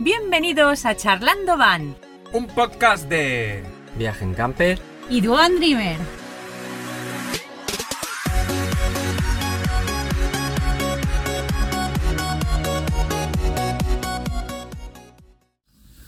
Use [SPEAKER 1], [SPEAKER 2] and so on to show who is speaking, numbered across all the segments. [SPEAKER 1] Bienvenidos a Charlando Van
[SPEAKER 2] Un podcast de...
[SPEAKER 3] Viaje en camper.
[SPEAKER 1] y Duan Dreamer.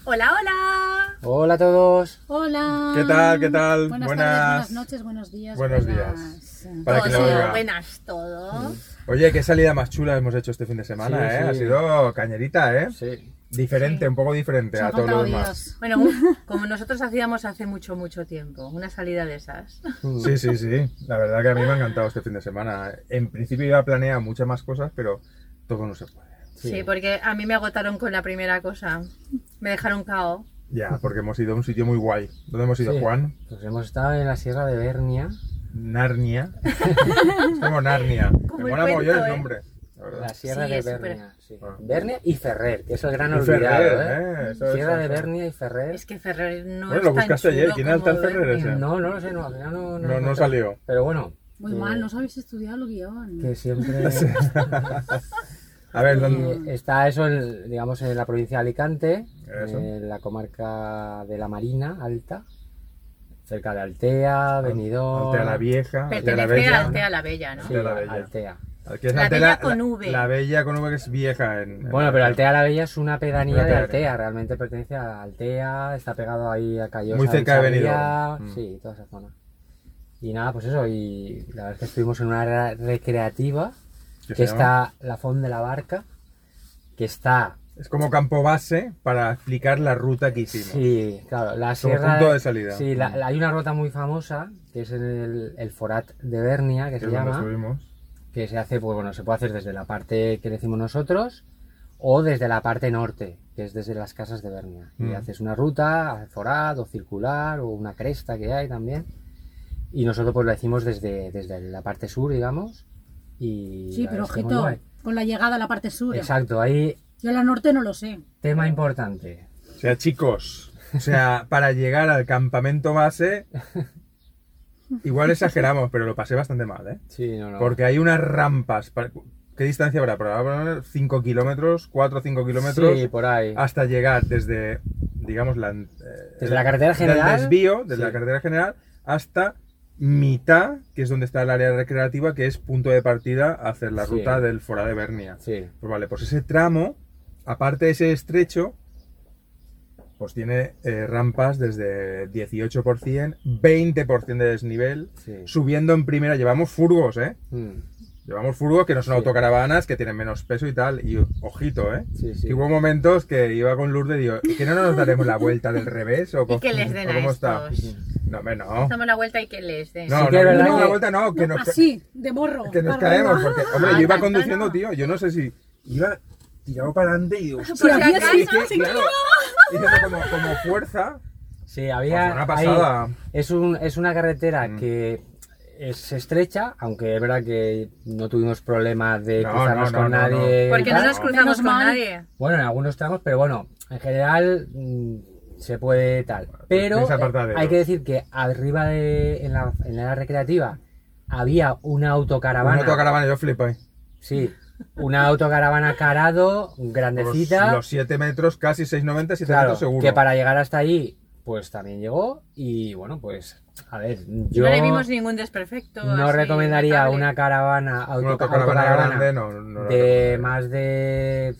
[SPEAKER 1] Hola, hola.
[SPEAKER 3] Hola a todos.
[SPEAKER 4] Hola.
[SPEAKER 2] ¿Qué tal? ¿Qué tal?
[SPEAKER 4] Buenas,
[SPEAKER 2] Buenas-
[SPEAKER 4] tardes, buenas noches, buenos días.
[SPEAKER 2] Buenos
[SPEAKER 4] buenas- Oh,
[SPEAKER 2] Para que lo
[SPEAKER 1] Todo,
[SPEAKER 2] oiga. Mm.
[SPEAKER 1] buenas todos.
[SPEAKER 2] Oye, qué salida más chula hemos hecho este fin de semana,
[SPEAKER 3] Sí,
[SPEAKER 2] ¿eh?
[SPEAKER 3] sí.
[SPEAKER 2] Ha sido cañerita, ¿eh?
[SPEAKER 3] Sí.
[SPEAKER 2] Diferente, un poco diferente
[SPEAKER 4] Se
[SPEAKER 2] a
[SPEAKER 4] han
[SPEAKER 2] todos los
[SPEAKER 4] faltado
[SPEAKER 2] demás.
[SPEAKER 4] días.
[SPEAKER 1] Bueno, un- como nosotros hacíamos hace mucho, mucho tiempo, una salida de esas.
[SPEAKER 3] Mm.
[SPEAKER 2] Sí, sí, sí. La verdad que a mí me ha encantado este fin de semana. En principio iba a planear muchas más cosas, pero todo no se puede.
[SPEAKER 1] Sí, porque a mí me agotaron con la primera cosa. Me dejaron cao.
[SPEAKER 2] Ya, porque hemos ido a un sitio muy guay. ¿Dónde hemos ido,
[SPEAKER 3] Sí.
[SPEAKER 2] Juan?
[SPEAKER 3] Pues hemos estado en la Sierra de Bernia.
[SPEAKER 2] Narnia. Es como Narnia.
[SPEAKER 1] Como
[SPEAKER 2] Me
[SPEAKER 1] el
[SPEAKER 2] mola mogollón
[SPEAKER 1] cuento,
[SPEAKER 2] el
[SPEAKER 1] ¿eh?
[SPEAKER 2] nombre. la verdad.
[SPEAKER 3] La Sierra
[SPEAKER 1] Sí,
[SPEAKER 3] de
[SPEAKER 1] es súper-
[SPEAKER 3] Bernia. sí.
[SPEAKER 2] Ah.
[SPEAKER 3] Bernia y Ferrer, que es el gran
[SPEAKER 2] Y
[SPEAKER 3] olvidado.
[SPEAKER 2] Ferrer,
[SPEAKER 3] ¿eh?
[SPEAKER 2] ¿eh? Eso es,
[SPEAKER 3] Sierra
[SPEAKER 2] eso
[SPEAKER 3] de
[SPEAKER 2] es.
[SPEAKER 3] Bernia y Ferrer.
[SPEAKER 1] Es que Ferrer no
[SPEAKER 2] Bueno,
[SPEAKER 1] es
[SPEAKER 2] lo
[SPEAKER 1] tan
[SPEAKER 2] buscaste ayer.
[SPEAKER 1] chulo
[SPEAKER 2] ¿Quién era el
[SPEAKER 1] como
[SPEAKER 2] tal Ferrer
[SPEAKER 1] Bernia.
[SPEAKER 2] ese?
[SPEAKER 3] No, no lo sé, no, al final no,
[SPEAKER 2] No, no salió.
[SPEAKER 3] Pero bueno,
[SPEAKER 2] Eh,
[SPEAKER 4] Muy mal, no sabéis estudiar el guión.
[SPEAKER 3] que siempre
[SPEAKER 2] A ver,
[SPEAKER 3] eh,
[SPEAKER 2] ¿dónde?
[SPEAKER 3] está eso, en, digamos, en la provincia de Alicante, eh,
[SPEAKER 2] Eso.
[SPEAKER 3] en la comarca de la Marina Alta, cerca de Altea, Benidorm.
[SPEAKER 2] Altea la Vieja. Altea la
[SPEAKER 1] Pertenece a
[SPEAKER 2] Bella.
[SPEAKER 1] Altea la Bella, ¿no?
[SPEAKER 3] Sí,
[SPEAKER 2] Altea la Bella.
[SPEAKER 3] Altea.
[SPEAKER 2] Aquí es
[SPEAKER 1] La
[SPEAKER 2] Altea
[SPEAKER 1] Bella con V.
[SPEAKER 2] La Bella con V que es vieja. En, en-
[SPEAKER 3] Bueno, pero Altea la Bella es una pedanía
[SPEAKER 2] Una
[SPEAKER 3] de
[SPEAKER 2] pedanía.
[SPEAKER 3] Altea, realmente pertenece a Altea, está pegado ahí a Callosa.
[SPEAKER 2] Muy cerca de
[SPEAKER 3] Visalia,
[SPEAKER 2] Benidorm. Mm.
[SPEAKER 3] Sí, toda esa zona. Y nada, pues eso, y la verdad es que estuvimos en una re- recreativa,
[SPEAKER 2] ¿Qué se
[SPEAKER 3] que
[SPEAKER 2] llama?
[SPEAKER 3] está la Fond de la Barca, que está,
[SPEAKER 2] Es como campo base para explicar la ruta que hicimos.
[SPEAKER 3] sí, claro, la
[SPEAKER 2] Como
[SPEAKER 3] sierra...
[SPEAKER 2] punto de salida.
[SPEAKER 3] Sí, la-
[SPEAKER 2] Mm.
[SPEAKER 3] la- hay una ruta muy famosa, que es en el, el Forat de Bernia, que
[SPEAKER 2] que
[SPEAKER 3] se
[SPEAKER 2] es donde
[SPEAKER 3] llama...
[SPEAKER 2] subimos.
[SPEAKER 3] que se hace, pues bueno, se puede hacer desde la parte que decimos nosotros o desde la parte norte, que es desde las casas de Bernia. Y
[SPEAKER 2] Mm.
[SPEAKER 3] haces una ruta, forado, circular o una cresta que hay también. Y nosotros pues lo hicimos desde, desde la parte sur, digamos. Y
[SPEAKER 4] Sí,
[SPEAKER 3] la
[SPEAKER 4] pero
[SPEAKER 3] verdad es que muy
[SPEAKER 4] ojito,
[SPEAKER 3] guay.
[SPEAKER 4] con la llegada a la parte sur.
[SPEAKER 3] Exacto, ahí
[SPEAKER 4] Yo la norte no lo sé.
[SPEAKER 3] tema importante.
[SPEAKER 2] O sea, chicos, o sea, para llegar al campamento base, igual exageramos, pero lo pasé bastante mal, ¿eh?
[SPEAKER 3] Sí, no, no.
[SPEAKER 2] Porque hay unas rampas. para- ¿Qué distancia habrá? Para 5 kilómetros, 4 o 5 kilómetros,
[SPEAKER 3] Sí, por Ah. ahí.
[SPEAKER 2] hasta llegar desde, digamos, la, eh,
[SPEAKER 3] Desde la carretera general.
[SPEAKER 2] Del desvío, desde
[SPEAKER 3] Sí.
[SPEAKER 2] la carretera general, hasta mitad, que es donde está el área recreativa, que es punto de partida a hacer la
[SPEAKER 3] Sí.
[SPEAKER 2] ruta del Fora de Bernia.
[SPEAKER 3] Sí.
[SPEAKER 2] Pues vale, pues ese tramo, aparte de ese estrecho, pues tiene eh, rampas desde 18%, 20% de desnivel,
[SPEAKER 3] Sí.
[SPEAKER 2] subiendo en primera, llevamos furgos, ¿eh?
[SPEAKER 3] Mm,
[SPEAKER 2] Llevamos furgos que no son
[SPEAKER 3] Sí.
[SPEAKER 2] autocaravanas, que tienen menos peso y tal, y ojito, ¿eh?
[SPEAKER 3] Sí, sí.
[SPEAKER 2] Que hubo momentos que iba con Lourdes y digo, ¿y que no nos daremos la vuelta del revés? O
[SPEAKER 1] Y
[SPEAKER 2] co-
[SPEAKER 1] que les den
[SPEAKER 2] o
[SPEAKER 1] a
[SPEAKER 2] cómo está?
[SPEAKER 1] estos.
[SPEAKER 2] No, hombre, no.
[SPEAKER 1] Damos la vuelta y que les den.
[SPEAKER 2] No,
[SPEAKER 3] Sí que
[SPEAKER 2] no,
[SPEAKER 3] es verdad
[SPEAKER 2] no,
[SPEAKER 3] que- ah,
[SPEAKER 2] la vuelta no, que nos,
[SPEAKER 4] Así, Ah, de morro.
[SPEAKER 2] que nos
[SPEAKER 4] para arriba.
[SPEAKER 2] caemos, porque, hombre, yo
[SPEAKER 1] Ay,
[SPEAKER 2] iba
[SPEAKER 1] pantano.
[SPEAKER 2] conduciendo, tío, yo no sé si iba tirado para adelante y digo,
[SPEAKER 4] Pero aquí
[SPEAKER 2] "Ostras,
[SPEAKER 4] así,
[SPEAKER 2] es que, claro, hice como, como fuerza,
[SPEAKER 3] Sí, había.
[SPEAKER 2] Pues una
[SPEAKER 3] ahí-
[SPEAKER 2] pasada. Mm.
[SPEAKER 3] es, un- es una carretera que es estrecha, aunque es verdad que no tuvimos problemas de
[SPEAKER 2] No,
[SPEAKER 3] cruzarnos
[SPEAKER 2] no, no,
[SPEAKER 3] con
[SPEAKER 2] no, no.
[SPEAKER 3] nadie. y
[SPEAKER 1] Porque no
[SPEAKER 3] tal.
[SPEAKER 1] nos cruzamos
[SPEAKER 4] Menos
[SPEAKER 1] con
[SPEAKER 4] mal.
[SPEAKER 1] nadie.
[SPEAKER 3] Bueno, en algunos tramos, pero bueno, en general mm, se puede tal. Pero
[SPEAKER 2] tienes apartaderos.
[SPEAKER 3] eh, hay que decir que arriba de, en, la, en la recreativa había una autocaravana.
[SPEAKER 2] una autocaravana, yo flipo ¿eh? ahí.
[SPEAKER 3] Sí, una autocaravana carado,
[SPEAKER 2] Los,
[SPEAKER 3] grandecita.
[SPEAKER 2] los 7 metros, casi 6,90, 7
[SPEAKER 3] Claro,
[SPEAKER 2] metros seguro.
[SPEAKER 3] que para llegar hasta ahí, pues también llegó. Y bueno, pues, a ver, yo.
[SPEAKER 1] No le vimos ningún desperfecto.
[SPEAKER 3] No
[SPEAKER 1] así,
[SPEAKER 3] recomendaría
[SPEAKER 1] notable.
[SPEAKER 3] una caravana, auto,
[SPEAKER 2] Una autocaravana
[SPEAKER 3] autocaravana
[SPEAKER 2] grande, no, no la
[SPEAKER 3] de
[SPEAKER 2] recomendaría.
[SPEAKER 3] más de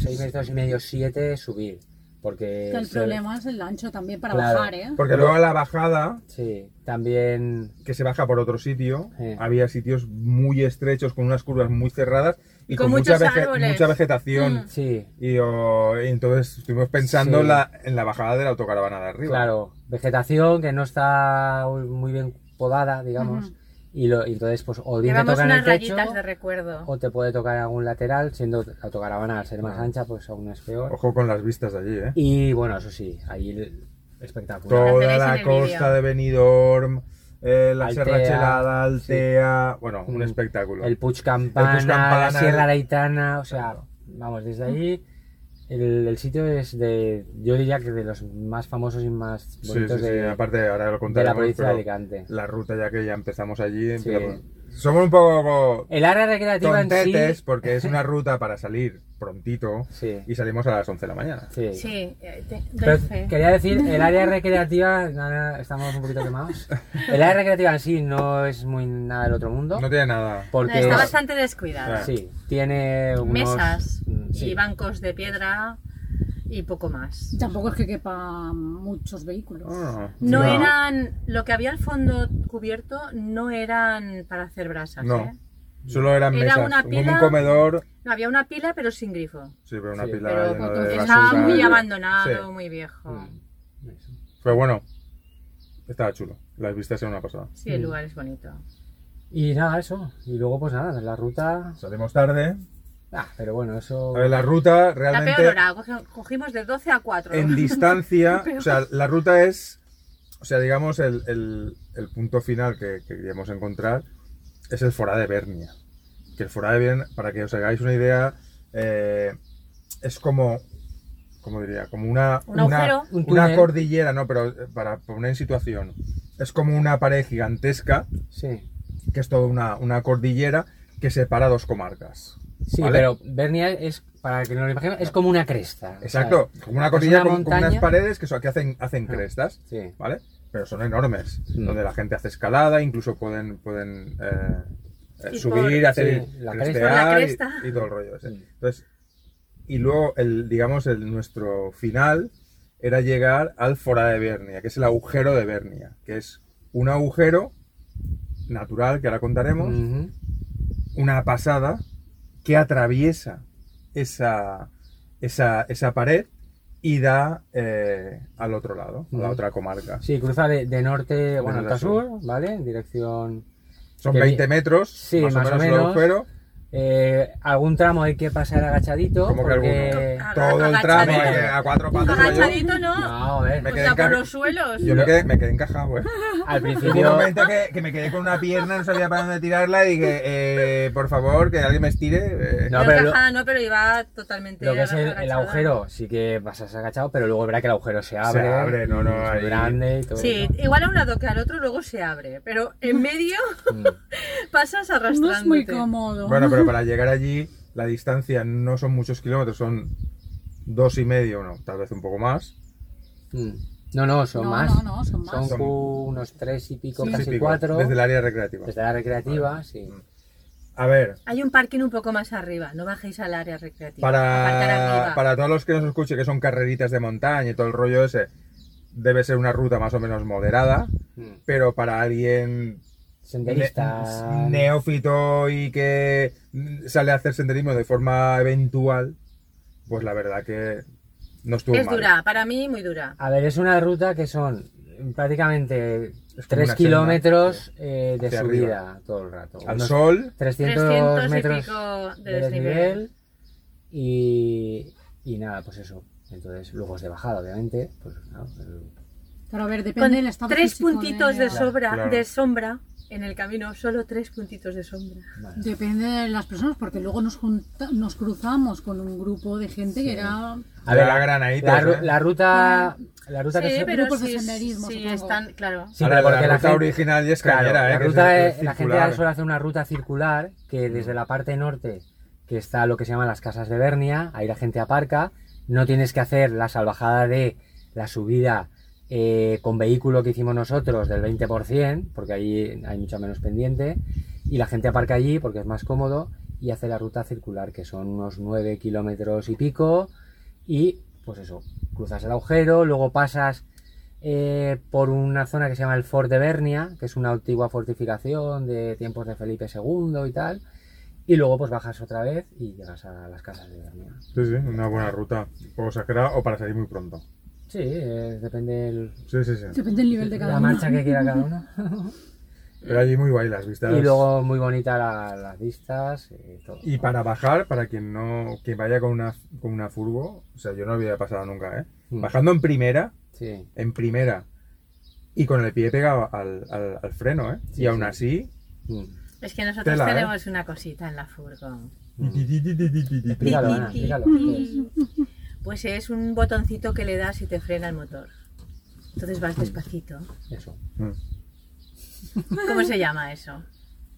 [SPEAKER 3] 6 metros y medio, 7 subir. Porque
[SPEAKER 4] Que el
[SPEAKER 3] se-
[SPEAKER 4] problema es el ancho también para
[SPEAKER 3] Claro.
[SPEAKER 4] bajar, ¿eh?
[SPEAKER 2] Porque luego a la bajada,
[SPEAKER 3] Sí, también.
[SPEAKER 2] que se baja por otro sitio,
[SPEAKER 3] Sí.
[SPEAKER 2] había sitios muy estrechos con unas curvas muy cerradas y
[SPEAKER 1] Con
[SPEAKER 2] con, mucha,
[SPEAKER 1] muchos
[SPEAKER 2] vege-
[SPEAKER 1] árboles. Mm.
[SPEAKER 2] mucha vegetación.
[SPEAKER 3] Sí,
[SPEAKER 2] Y, oh, y entonces estuvimos pensando
[SPEAKER 3] Sí.
[SPEAKER 2] en la- en la bajada de la autocaravana de arriba.
[SPEAKER 3] claro. Vegetación que no está muy bien podada, digamos. y, lo, y entonces, pues, o bien te
[SPEAKER 1] Llevamos
[SPEAKER 3] tocan el
[SPEAKER 1] unas
[SPEAKER 3] techo,
[SPEAKER 1] rayitas de recuerdo.
[SPEAKER 3] o te puede tocar en algún lateral, siendo la autocaravana al ser más ancha, pues aún es peor.
[SPEAKER 2] Ojo con las vistas de allí, ¿eh?
[SPEAKER 3] Y bueno, eso sí, ahí el- espectacular.
[SPEAKER 2] Toda
[SPEAKER 1] tenéis en
[SPEAKER 2] la
[SPEAKER 1] el
[SPEAKER 2] costa
[SPEAKER 1] vídeo.
[SPEAKER 2] de Benidorm, eh, la
[SPEAKER 3] Altea,
[SPEAKER 2] Serra Chelada, Altea... Bueno, un
[SPEAKER 3] Mm.
[SPEAKER 2] espectáculo.
[SPEAKER 3] El Puig Campana,
[SPEAKER 2] El Puig Campana, eh.
[SPEAKER 3] la Sierra
[SPEAKER 2] el-
[SPEAKER 3] Leitana, o sea, vamos, desde ahí El, el sitio es de, yo diría que de los más famosos y más
[SPEAKER 2] Sí, sí,
[SPEAKER 3] bonitos
[SPEAKER 2] sí,
[SPEAKER 3] de,
[SPEAKER 2] Aparte, ahora lo
[SPEAKER 3] de la
[SPEAKER 2] contaremos.
[SPEAKER 3] provincia de
[SPEAKER 2] pero
[SPEAKER 3] Alicante.
[SPEAKER 2] la ruta, ya que ya empezamos allí.
[SPEAKER 3] Sí.
[SPEAKER 2] empezamos- Somos un poco
[SPEAKER 3] El área recreativa en sí,
[SPEAKER 2] tontetes porque es una ruta para salir prontito
[SPEAKER 3] sí,
[SPEAKER 2] y salimos a las 11 de la mañana.
[SPEAKER 3] sí.
[SPEAKER 1] Sí, eh, te- doy
[SPEAKER 3] Pero
[SPEAKER 1] fe.
[SPEAKER 3] quería decir, el área recreativa, no, no, estamos un poquito quemados. El área recreativa en sí no es muy nada del otro mundo,
[SPEAKER 2] No tiene nada.
[SPEAKER 1] No,
[SPEAKER 3] porque
[SPEAKER 1] está bastante descuidada.
[SPEAKER 3] sí, tiene unos-
[SPEAKER 1] Mesas
[SPEAKER 3] mm, sí.
[SPEAKER 1] y bancos de piedra y poco más.
[SPEAKER 4] Tampoco es que quepa muchos vehículos.
[SPEAKER 2] Ah,
[SPEAKER 1] No, eran, lo que había al fondo cubierto no eran para hacer brasas.
[SPEAKER 2] No.
[SPEAKER 1] ¿eh?
[SPEAKER 2] Solo eran
[SPEAKER 1] Era
[SPEAKER 2] mesas.
[SPEAKER 1] una
[SPEAKER 2] como un
[SPEAKER 1] pila-
[SPEAKER 2] comedor.
[SPEAKER 1] No, había una pila pero sin grifo.
[SPEAKER 2] Sí, pero una
[SPEAKER 3] Sí,
[SPEAKER 2] pila
[SPEAKER 1] pero
[SPEAKER 2] lleno
[SPEAKER 4] poco-
[SPEAKER 2] de
[SPEAKER 1] Estaba
[SPEAKER 2] basura
[SPEAKER 1] muy
[SPEAKER 2] y-
[SPEAKER 1] abandonado,
[SPEAKER 2] Sí.
[SPEAKER 1] muy viejo.
[SPEAKER 3] Mm. Eso.
[SPEAKER 2] Pero bueno, estaba chulo. Las vistas eran una pasada.
[SPEAKER 1] Sí, el lugar es bonito.
[SPEAKER 3] Y nada, eso. Y luego, pues nada, la ruta.
[SPEAKER 2] Salimos tarde.
[SPEAKER 3] Ah, pero bueno, eso.
[SPEAKER 2] A ver, la ruta
[SPEAKER 1] La
[SPEAKER 2] realmente.
[SPEAKER 1] peor hora, coge- cogimos de 12 a 4.
[SPEAKER 2] en distancia, o sea, la ruta es, o sea, digamos, el, el- el punto final que, que queríamos encontrar es el Forá de Bernia. Que el Forá de Bernia, para que os hagáis una idea, eh, es como, ¿cómo diría? Como una,
[SPEAKER 1] Un
[SPEAKER 2] una,
[SPEAKER 1] agujero.
[SPEAKER 3] Un
[SPEAKER 2] una
[SPEAKER 3] túnel.
[SPEAKER 2] cordillera, no, pero eh, para poner en situación, es como una pared gigantesca,
[SPEAKER 3] Sí.
[SPEAKER 2] que es toda una, una cordillera que separa dos comarcas.
[SPEAKER 3] Sí,
[SPEAKER 2] Vale.
[SPEAKER 3] pero Bernia es, para que no lo imaginen, es como una cresta.
[SPEAKER 2] Exacto, como una
[SPEAKER 3] es
[SPEAKER 2] cordillera
[SPEAKER 3] una
[SPEAKER 2] con, con unas
[SPEAKER 3] montaña.
[SPEAKER 2] paredes que, son- que hacen, hacen
[SPEAKER 3] Ah.
[SPEAKER 2] crestas.
[SPEAKER 3] O sea, Sí.
[SPEAKER 2] ¿vale? Pero son enormes,
[SPEAKER 3] Mm.
[SPEAKER 2] donde la gente hace escalada, incluso pueden, pueden eh, eh,
[SPEAKER 1] Y
[SPEAKER 2] subir,
[SPEAKER 1] por-
[SPEAKER 2] hacer
[SPEAKER 3] Sí, la
[SPEAKER 2] crestear
[SPEAKER 1] cresta. Por la
[SPEAKER 2] y-
[SPEAKER 1] cresta.
[SPEAKER 2] Y, todo el rollo ese.
[SPEAKER 3] Mm.
[SPEAKER 2] Entonces, y luego, el, digamos, el, nuestro final era llegar al Fora de Bernia, que es el agujero de Bernia, que es un agujero natural, que ahora contaremos,
[SPEAKER 3] Ujú.
[SPEAKER 2] una pasada que atraviesa esa, esa, esa pared y da eh, al otro lado, a la
[SPEAKER 3] Ujú.
[SPEAKER 2] otra comarca.
[SPEAKER 3] Sí, cruza de, de norte, bueno,
[SPEAKER 2] norte
[SPEAKER 3] norte
[SPEAKER 2] a
[SPEAKER 3] a sur, ¿vale? En dirección.
[SPEAKER 2] Son
[SPEAKER 3] Que
[SPEAKER 2] 20 metros,
[SPEAKER 3] Sí,
[SPEAKER 2] más,
[SPEAKER 3] más
[SPEAKER 2] o
[SPEAKER 3] o
[SPEAKER 2] menos, el
[SPEAKER 3] menos.
[SPEAKER 2] agujero.
[SPEAKER 3] eh, algún tramo hay que pasar agachadito.
[SPEAKER 2] ¿Cómo que
[SPEAKER 3] porque...
[SPEAKER 2] alguno?
[SPEAKER 1] Ah,
[SPEAKER 2] Todo el tramo
[SPEAKER 1] agachadito.
[SPEAKER 2] eh, a cuatro patas. yo.
[SPEAKER 1] Agachadito, ¿no?
[SPEAKER 3] No, a ver.
[SPEAKER 2] Me
[SPEAKER 1] O
[SPEAKER 2] quedé
[SPEAKER 1] sea,
[SPEAKER 2] en
[SPEAKER 1] por
[SPEAKER 2] car-
[SPEAKER 1] los suelos.
[SPEAKER 2] Yo me quedé, me quedé encajado, eh.
[SPEAKER 3] Al
[SPEAKER 2] Hubo un
[SPEAKER 3] principio.
[SPEAKER 2] momento que, que me quedé con una pierna, no sabía para dónde tirarla y dije, eh, por favor, que alguien me estire. eh.
[SPEAKER 3] No,
[SPEAKER 1] Pero
[SPEAKER 3] pero lo-
[SPEAKER 1] encajada no, pero iba totalmente
[SPEAKER 3] Lo que es el, el
[SPEAKER 1] agachada.
[SPEAKER 3] agujero, sí que pasas agachado, pero luego verá que el agujero se abre.
[SPEAKER 2] abre, no, no,
[SPEAKER 3] es muy
[SPEAKER 2] ahí-
[SPEAKER 3] grande y todo.
[SPEAKER 1] Sí,
[SPEAKER 3] eso.
[SPEAKER 1] igual a un lado que al otro luego se abre, pero en medio
[SPEAKER 3] Mm.
[SPEAKER 1] pasas arrastrándote.
[SPEAKER 4] No es muy cómodo.
[SPEAKER 2] Bueno, pero para llegar allí, la distancia no son muchos kilómetros, son dos y medio, no, tal vez un poco más.
[SPEAKER 3] Mm. No, no, son
[SPEAKER 4] No,
[SPEAKER 3] más.
[SPEAKER 4] no, no, son más.
[SPEAKER 3] Son
[SPEAKER 2] Son-
[SPEAKER 3] unos tres y pico,
[SPEAKER 4] Sí.
[SPEAKER 3] casi
[SPEAKER 2] Sí, pico,
[SPEAKER 3] cuatro. Pues
[SPEAKER 2] Desde el área recreativa.
[SPEAKER 3] Desde la recreativa, sí.
[SPEAKER 2] A ver,
[SPEAKER 1] Hay un parking un poco más arriba, no bajéis al área recreativa. aparcar
[SPEAKER 2] Para,
[SPEAKER 1] arriba.
[SPEAKER 2] para todos los que nos escuchen, que son carreritas de montaña y todo el rollo ese, debe ser una ruta más o menos moderada,
[SPEAKER 3] Mm.
[SPEAKER 2] pero para alguien
[SPEAKER 3] Senderista.
[SPEAKER 2] ne- neófito y que mm, sale a hacer senderismo de forma eventual, pues la verdad que no estuvo
[SPEAKER 1] Es
[SPEAKER 2] mal.
[SPEAKER 1] dura, para mí muy dura.
[SPEAKER 3] A ver, es una ruta que son prácticamente
[SPEAKER 2] como
[SPEAKER 3] tres
[SPEAKER 2] una
[SPEAKER 3] kilómetros
[SPEAKER 2] senda,
[SPEAKER 3] eh, de
[SPEAKER 2] Hacia
[SPEAKER 3] subida todo el rato.
[SPEAKER 2] Al
[SPEAKER 3] Unos
[SPEAKER 2] sol,
[SPEAKER 3] 300,
[SPEAKER 1] 300 y
[SPEAKER 3] metros
[SPEAKER 1] pico de
[SPEAKER 3] de
[SPEAKER 1] desnivel.
[SPEAKER 3] desnivel. Y, y nada, pues eso. Entonces, luego es de bajada, obviamente. Pues, no, pero-
[SPEAKER 4] Pero a ver, depende
[SPEAKER 1] Con
[SPEAKER 4] del estado
[SPEAKER 1] tres
[SPEAKER 4] físico
[SPEAKER 1] puntitos
[SPEAKER 4] de-
[SPEAKER 1] de sobra,
[SPEAKER 2] Claro.
[SPEAKER 1] de sombra en el camino, solo tres puntitos de sombra.
[SPEAKER 3] vale.
[SPEAKER 4] Depende de las personas, porque luego nos, junta- nos cruzamos con un grupo de gente que era...
[SPEAKER 3] A
[SPEAKER 2] Ya
[SPEAKER 3] ver,
[SPEAKER 2] la
[SPEAKER 3] la,
[SPEAKER 2] granadita,
[SPEAKER 3] la ru-
[SPEAKER 2] ¿eh?
[SPEAKER 3] la ruta, la ruta que
[SPEAKER 1] Sí,
[SPEAKER 3] se-
[SPEAKER 1] pero
[SPEAKER 4] grupos de
[SPEAKER 1] sí,
[SPEAKER 4] senderismo,
[SPEAKER 1] sí,
[SPEAKER 4] supongo.
[SPEAKER 1] están, claro.
[SPEAKER 3] Sí,
[SPEAKER 2] Ahora,
[SPEAKER 3] pero
[SPEAKER 2] la
[SPEAKER 3] porque la
[SPEAKER 2] ruta
[SPEAKER 3] gente-
[SPEAKER 2] original y es
[SPEAKER 3] Claro,
[SPEAKER 2] cañera, ¿eh?
[SPEAKER 3] la,
[SPEAKER 2] que es-
[SPEAKER 3] ruta
[SPEAKER 2] es
[SPEAKER 3] es- la gente
[SPEAKER 2] circular.
[SPEAKER 3] ahora suele hacer una ruta circular que desde la parte norte, que está lo que se llaman las casas de Bernia, ahí la gente aparca, no tienes que hacer la salvajada de la subida eh, con vehículo que hicimos nosotros del 20%, porque ahí hay mucha menos pendiente, y la gente aparca allí porque es más cómodo y hace la ruta circular, que son unos 9 kilómetros y pico, y pues eso, cruzas el agujero, luego pasas eh, por una zona que se llama el Fort de Bernia, que es una antigua fortificación de tiempos de Felipe II y tal, y luego pues bajas otra vez y llegas a las casas de Bernia.
[SPEAKER 2] Sí, sí, una buena ruta. Un poco exagerada o para salir muy pronto.
[SPEAKER 3] Sí, eh, depende el-
[SPEAKER 2] Sí, sí, sí.
[SPEAKER 4] Depende del nivel de cada
[SPEAKER 3] la
[SPEAKER 4] uno.
[SPEAKER 3] marcha que quiera cada uno.
[SPEAKER 2] Pero allí muy guay las vistas.
[SPEAKER 3] y luego muy bonita la- las vistas y todo.
[SPEAKER 2] Y para bajar, para quien no, que vaya con una, con una furgo, o sea, yo no había pasado nunca, ¿eh?
[SPEAKER 3] Mm.
[SPEAKER 2] Bajando en primera,
[SPEAKER 3] Sí,
[SPEAKER 2] en primera, y con el pie pegado al, al- al freno, ¿eh?
[SPEAKER 3] Sí,
[SPEAKER 2] y aún
[SPEAKER 3] sí.
[SPEAKER 2] así...
[SPEAKER 3] Mm.
[SPEAKER 1] Es que nosotros
[SPEAKER 2] Tela, ¿eh?
[SPEAKER 1] tenemos una cosita en la furgo.
[SPEAKER 3] ¿eh? Mm. Explícalo, Ana, explícalo. ¿qué es?
[SPEAKER 1] Pues es un botoncito que le das y te frena el motor. Entonces vas despacito.
[SPEAKER 3] Eso,
[SPEAKER 2] Mm.
[SPEAKER 1] ¿Cómo se llama eso?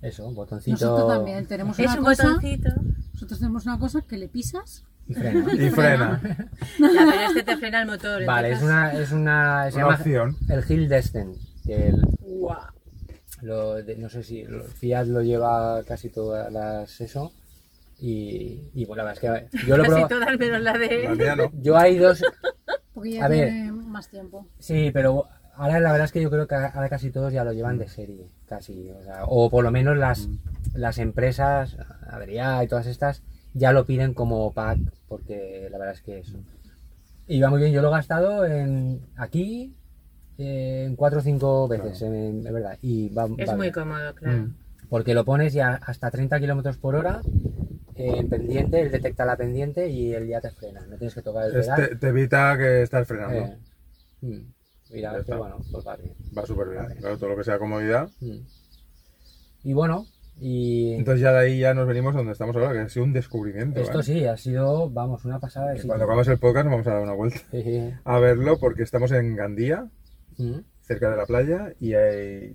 [SPEAKER 3] eso, botoncito.
[SPEAKER 4] Nosotros también tenemos
[SPEAKER 1] Es
[SPEAKER 4] una
[SPEAKER 1] un
[SPEAKER 4] cosa.
[SPEAKER 1] botoncito.
[SPEAKER 4] Nosotros tenemos una cosa que le pisas.
[SPEAKER 3] Y frena.
[SPEAKER 2] Y frena.
[SPEAKER 1] La verdad es que este te frena el motor.
[SPEAKER 3] Vale, es
[SPEAKER 1] entonces-
[SPEAKER 3] una, es una, se
[SPEAKER 2] Una
[SPEAKER 3] llama
[SPEAKER 2] opción.
[SPEAKER 3] el Hill Descent. El,
[SPEAKER 1] Guau.
[SPEAKER 3] lo de- no sé si lo- Fiat lo lleva casi todas las eso. Y, y bueno, la verdad es que yo lo
[SPEAKER 1] Casi
[SPEAKER 3] probo-
[SPEAKER 1] todas menos la
[SPEAKER 2] La
[SPEAKER 1] de...
[SPEAKER 2] mía no.
[SPEAKER 3] Yo hay dos,
[SPEAKER 4] Porque ya
[SPEAKER 3] A ver.
[SPEAKER 4] tiene más tiempo.
[SPEAKER 3] sí, pero ahora la verdad es que yo creo que ahora casi todos ya lo llevan de serie, casi. O, sea, o por lo menos las, las empresas, Avería y todas estas, ya lo piden como pack, porque la verdad es que eso. Y va muy bien, yo lo he gastado en aquí eh, en cuatro o cinco veces, en- es verdad. Y va,
[SPEAKER 1] Es
[SPEAKER 3] va
[SPEAKER 1] muy
[SPEAKER 3] bien.
[SPEAKER 1] cómodo, claro.
[SPEAKER 2] Mm.
[SPEAKER 3] Porque lo pones ya hasta 30 kilómetros por hora eh, en pendiente, él detecta la pendiente y él ya te frena. No tienes que tocar el
[SPEAKER 2] Es-
[SPEAKER 3] pedal.
[SPEAKER 2] te, te evita que estar frenando.
[SPEAKER 3] eh, mm. Y la
[SPEAKER 2] Ya
[SPEAKER 3] verdad es que,
[SPEAKER 2] está.
[SPEAKER 3] bueno, pues va bien.
[SPEAKER 2] Va súper bien.
[SPEAKER 3] Vale.
[SPEAKER 2] Claro, todo lo que sea comodidad.
[SPEAKER 3] Mm. Y bueno, y
[SPEAKER 2] Entonces ya de ahí ya nos venimos a donde estamos ahora, que ha sido un descubrimiento.
[SPEAKER 3] esto
[SPEAKER 2] ¿eh?
[SPEAKER 3] sí, ha sido, vamos, una pasada de
[SPEAKER 2] Que
[SPEAKER 3] sitio.
[SPEAKER 2] Cuando acabamos el podcast nos vamos a dar una vuelta
[SPEAKER 3] Sí, sí.
[SPEAKER 2] a verlo porque estamos en Gandía,
[SPEAKER 3] Mm.
[SPEAKER 2] cerca de la playa, y hay-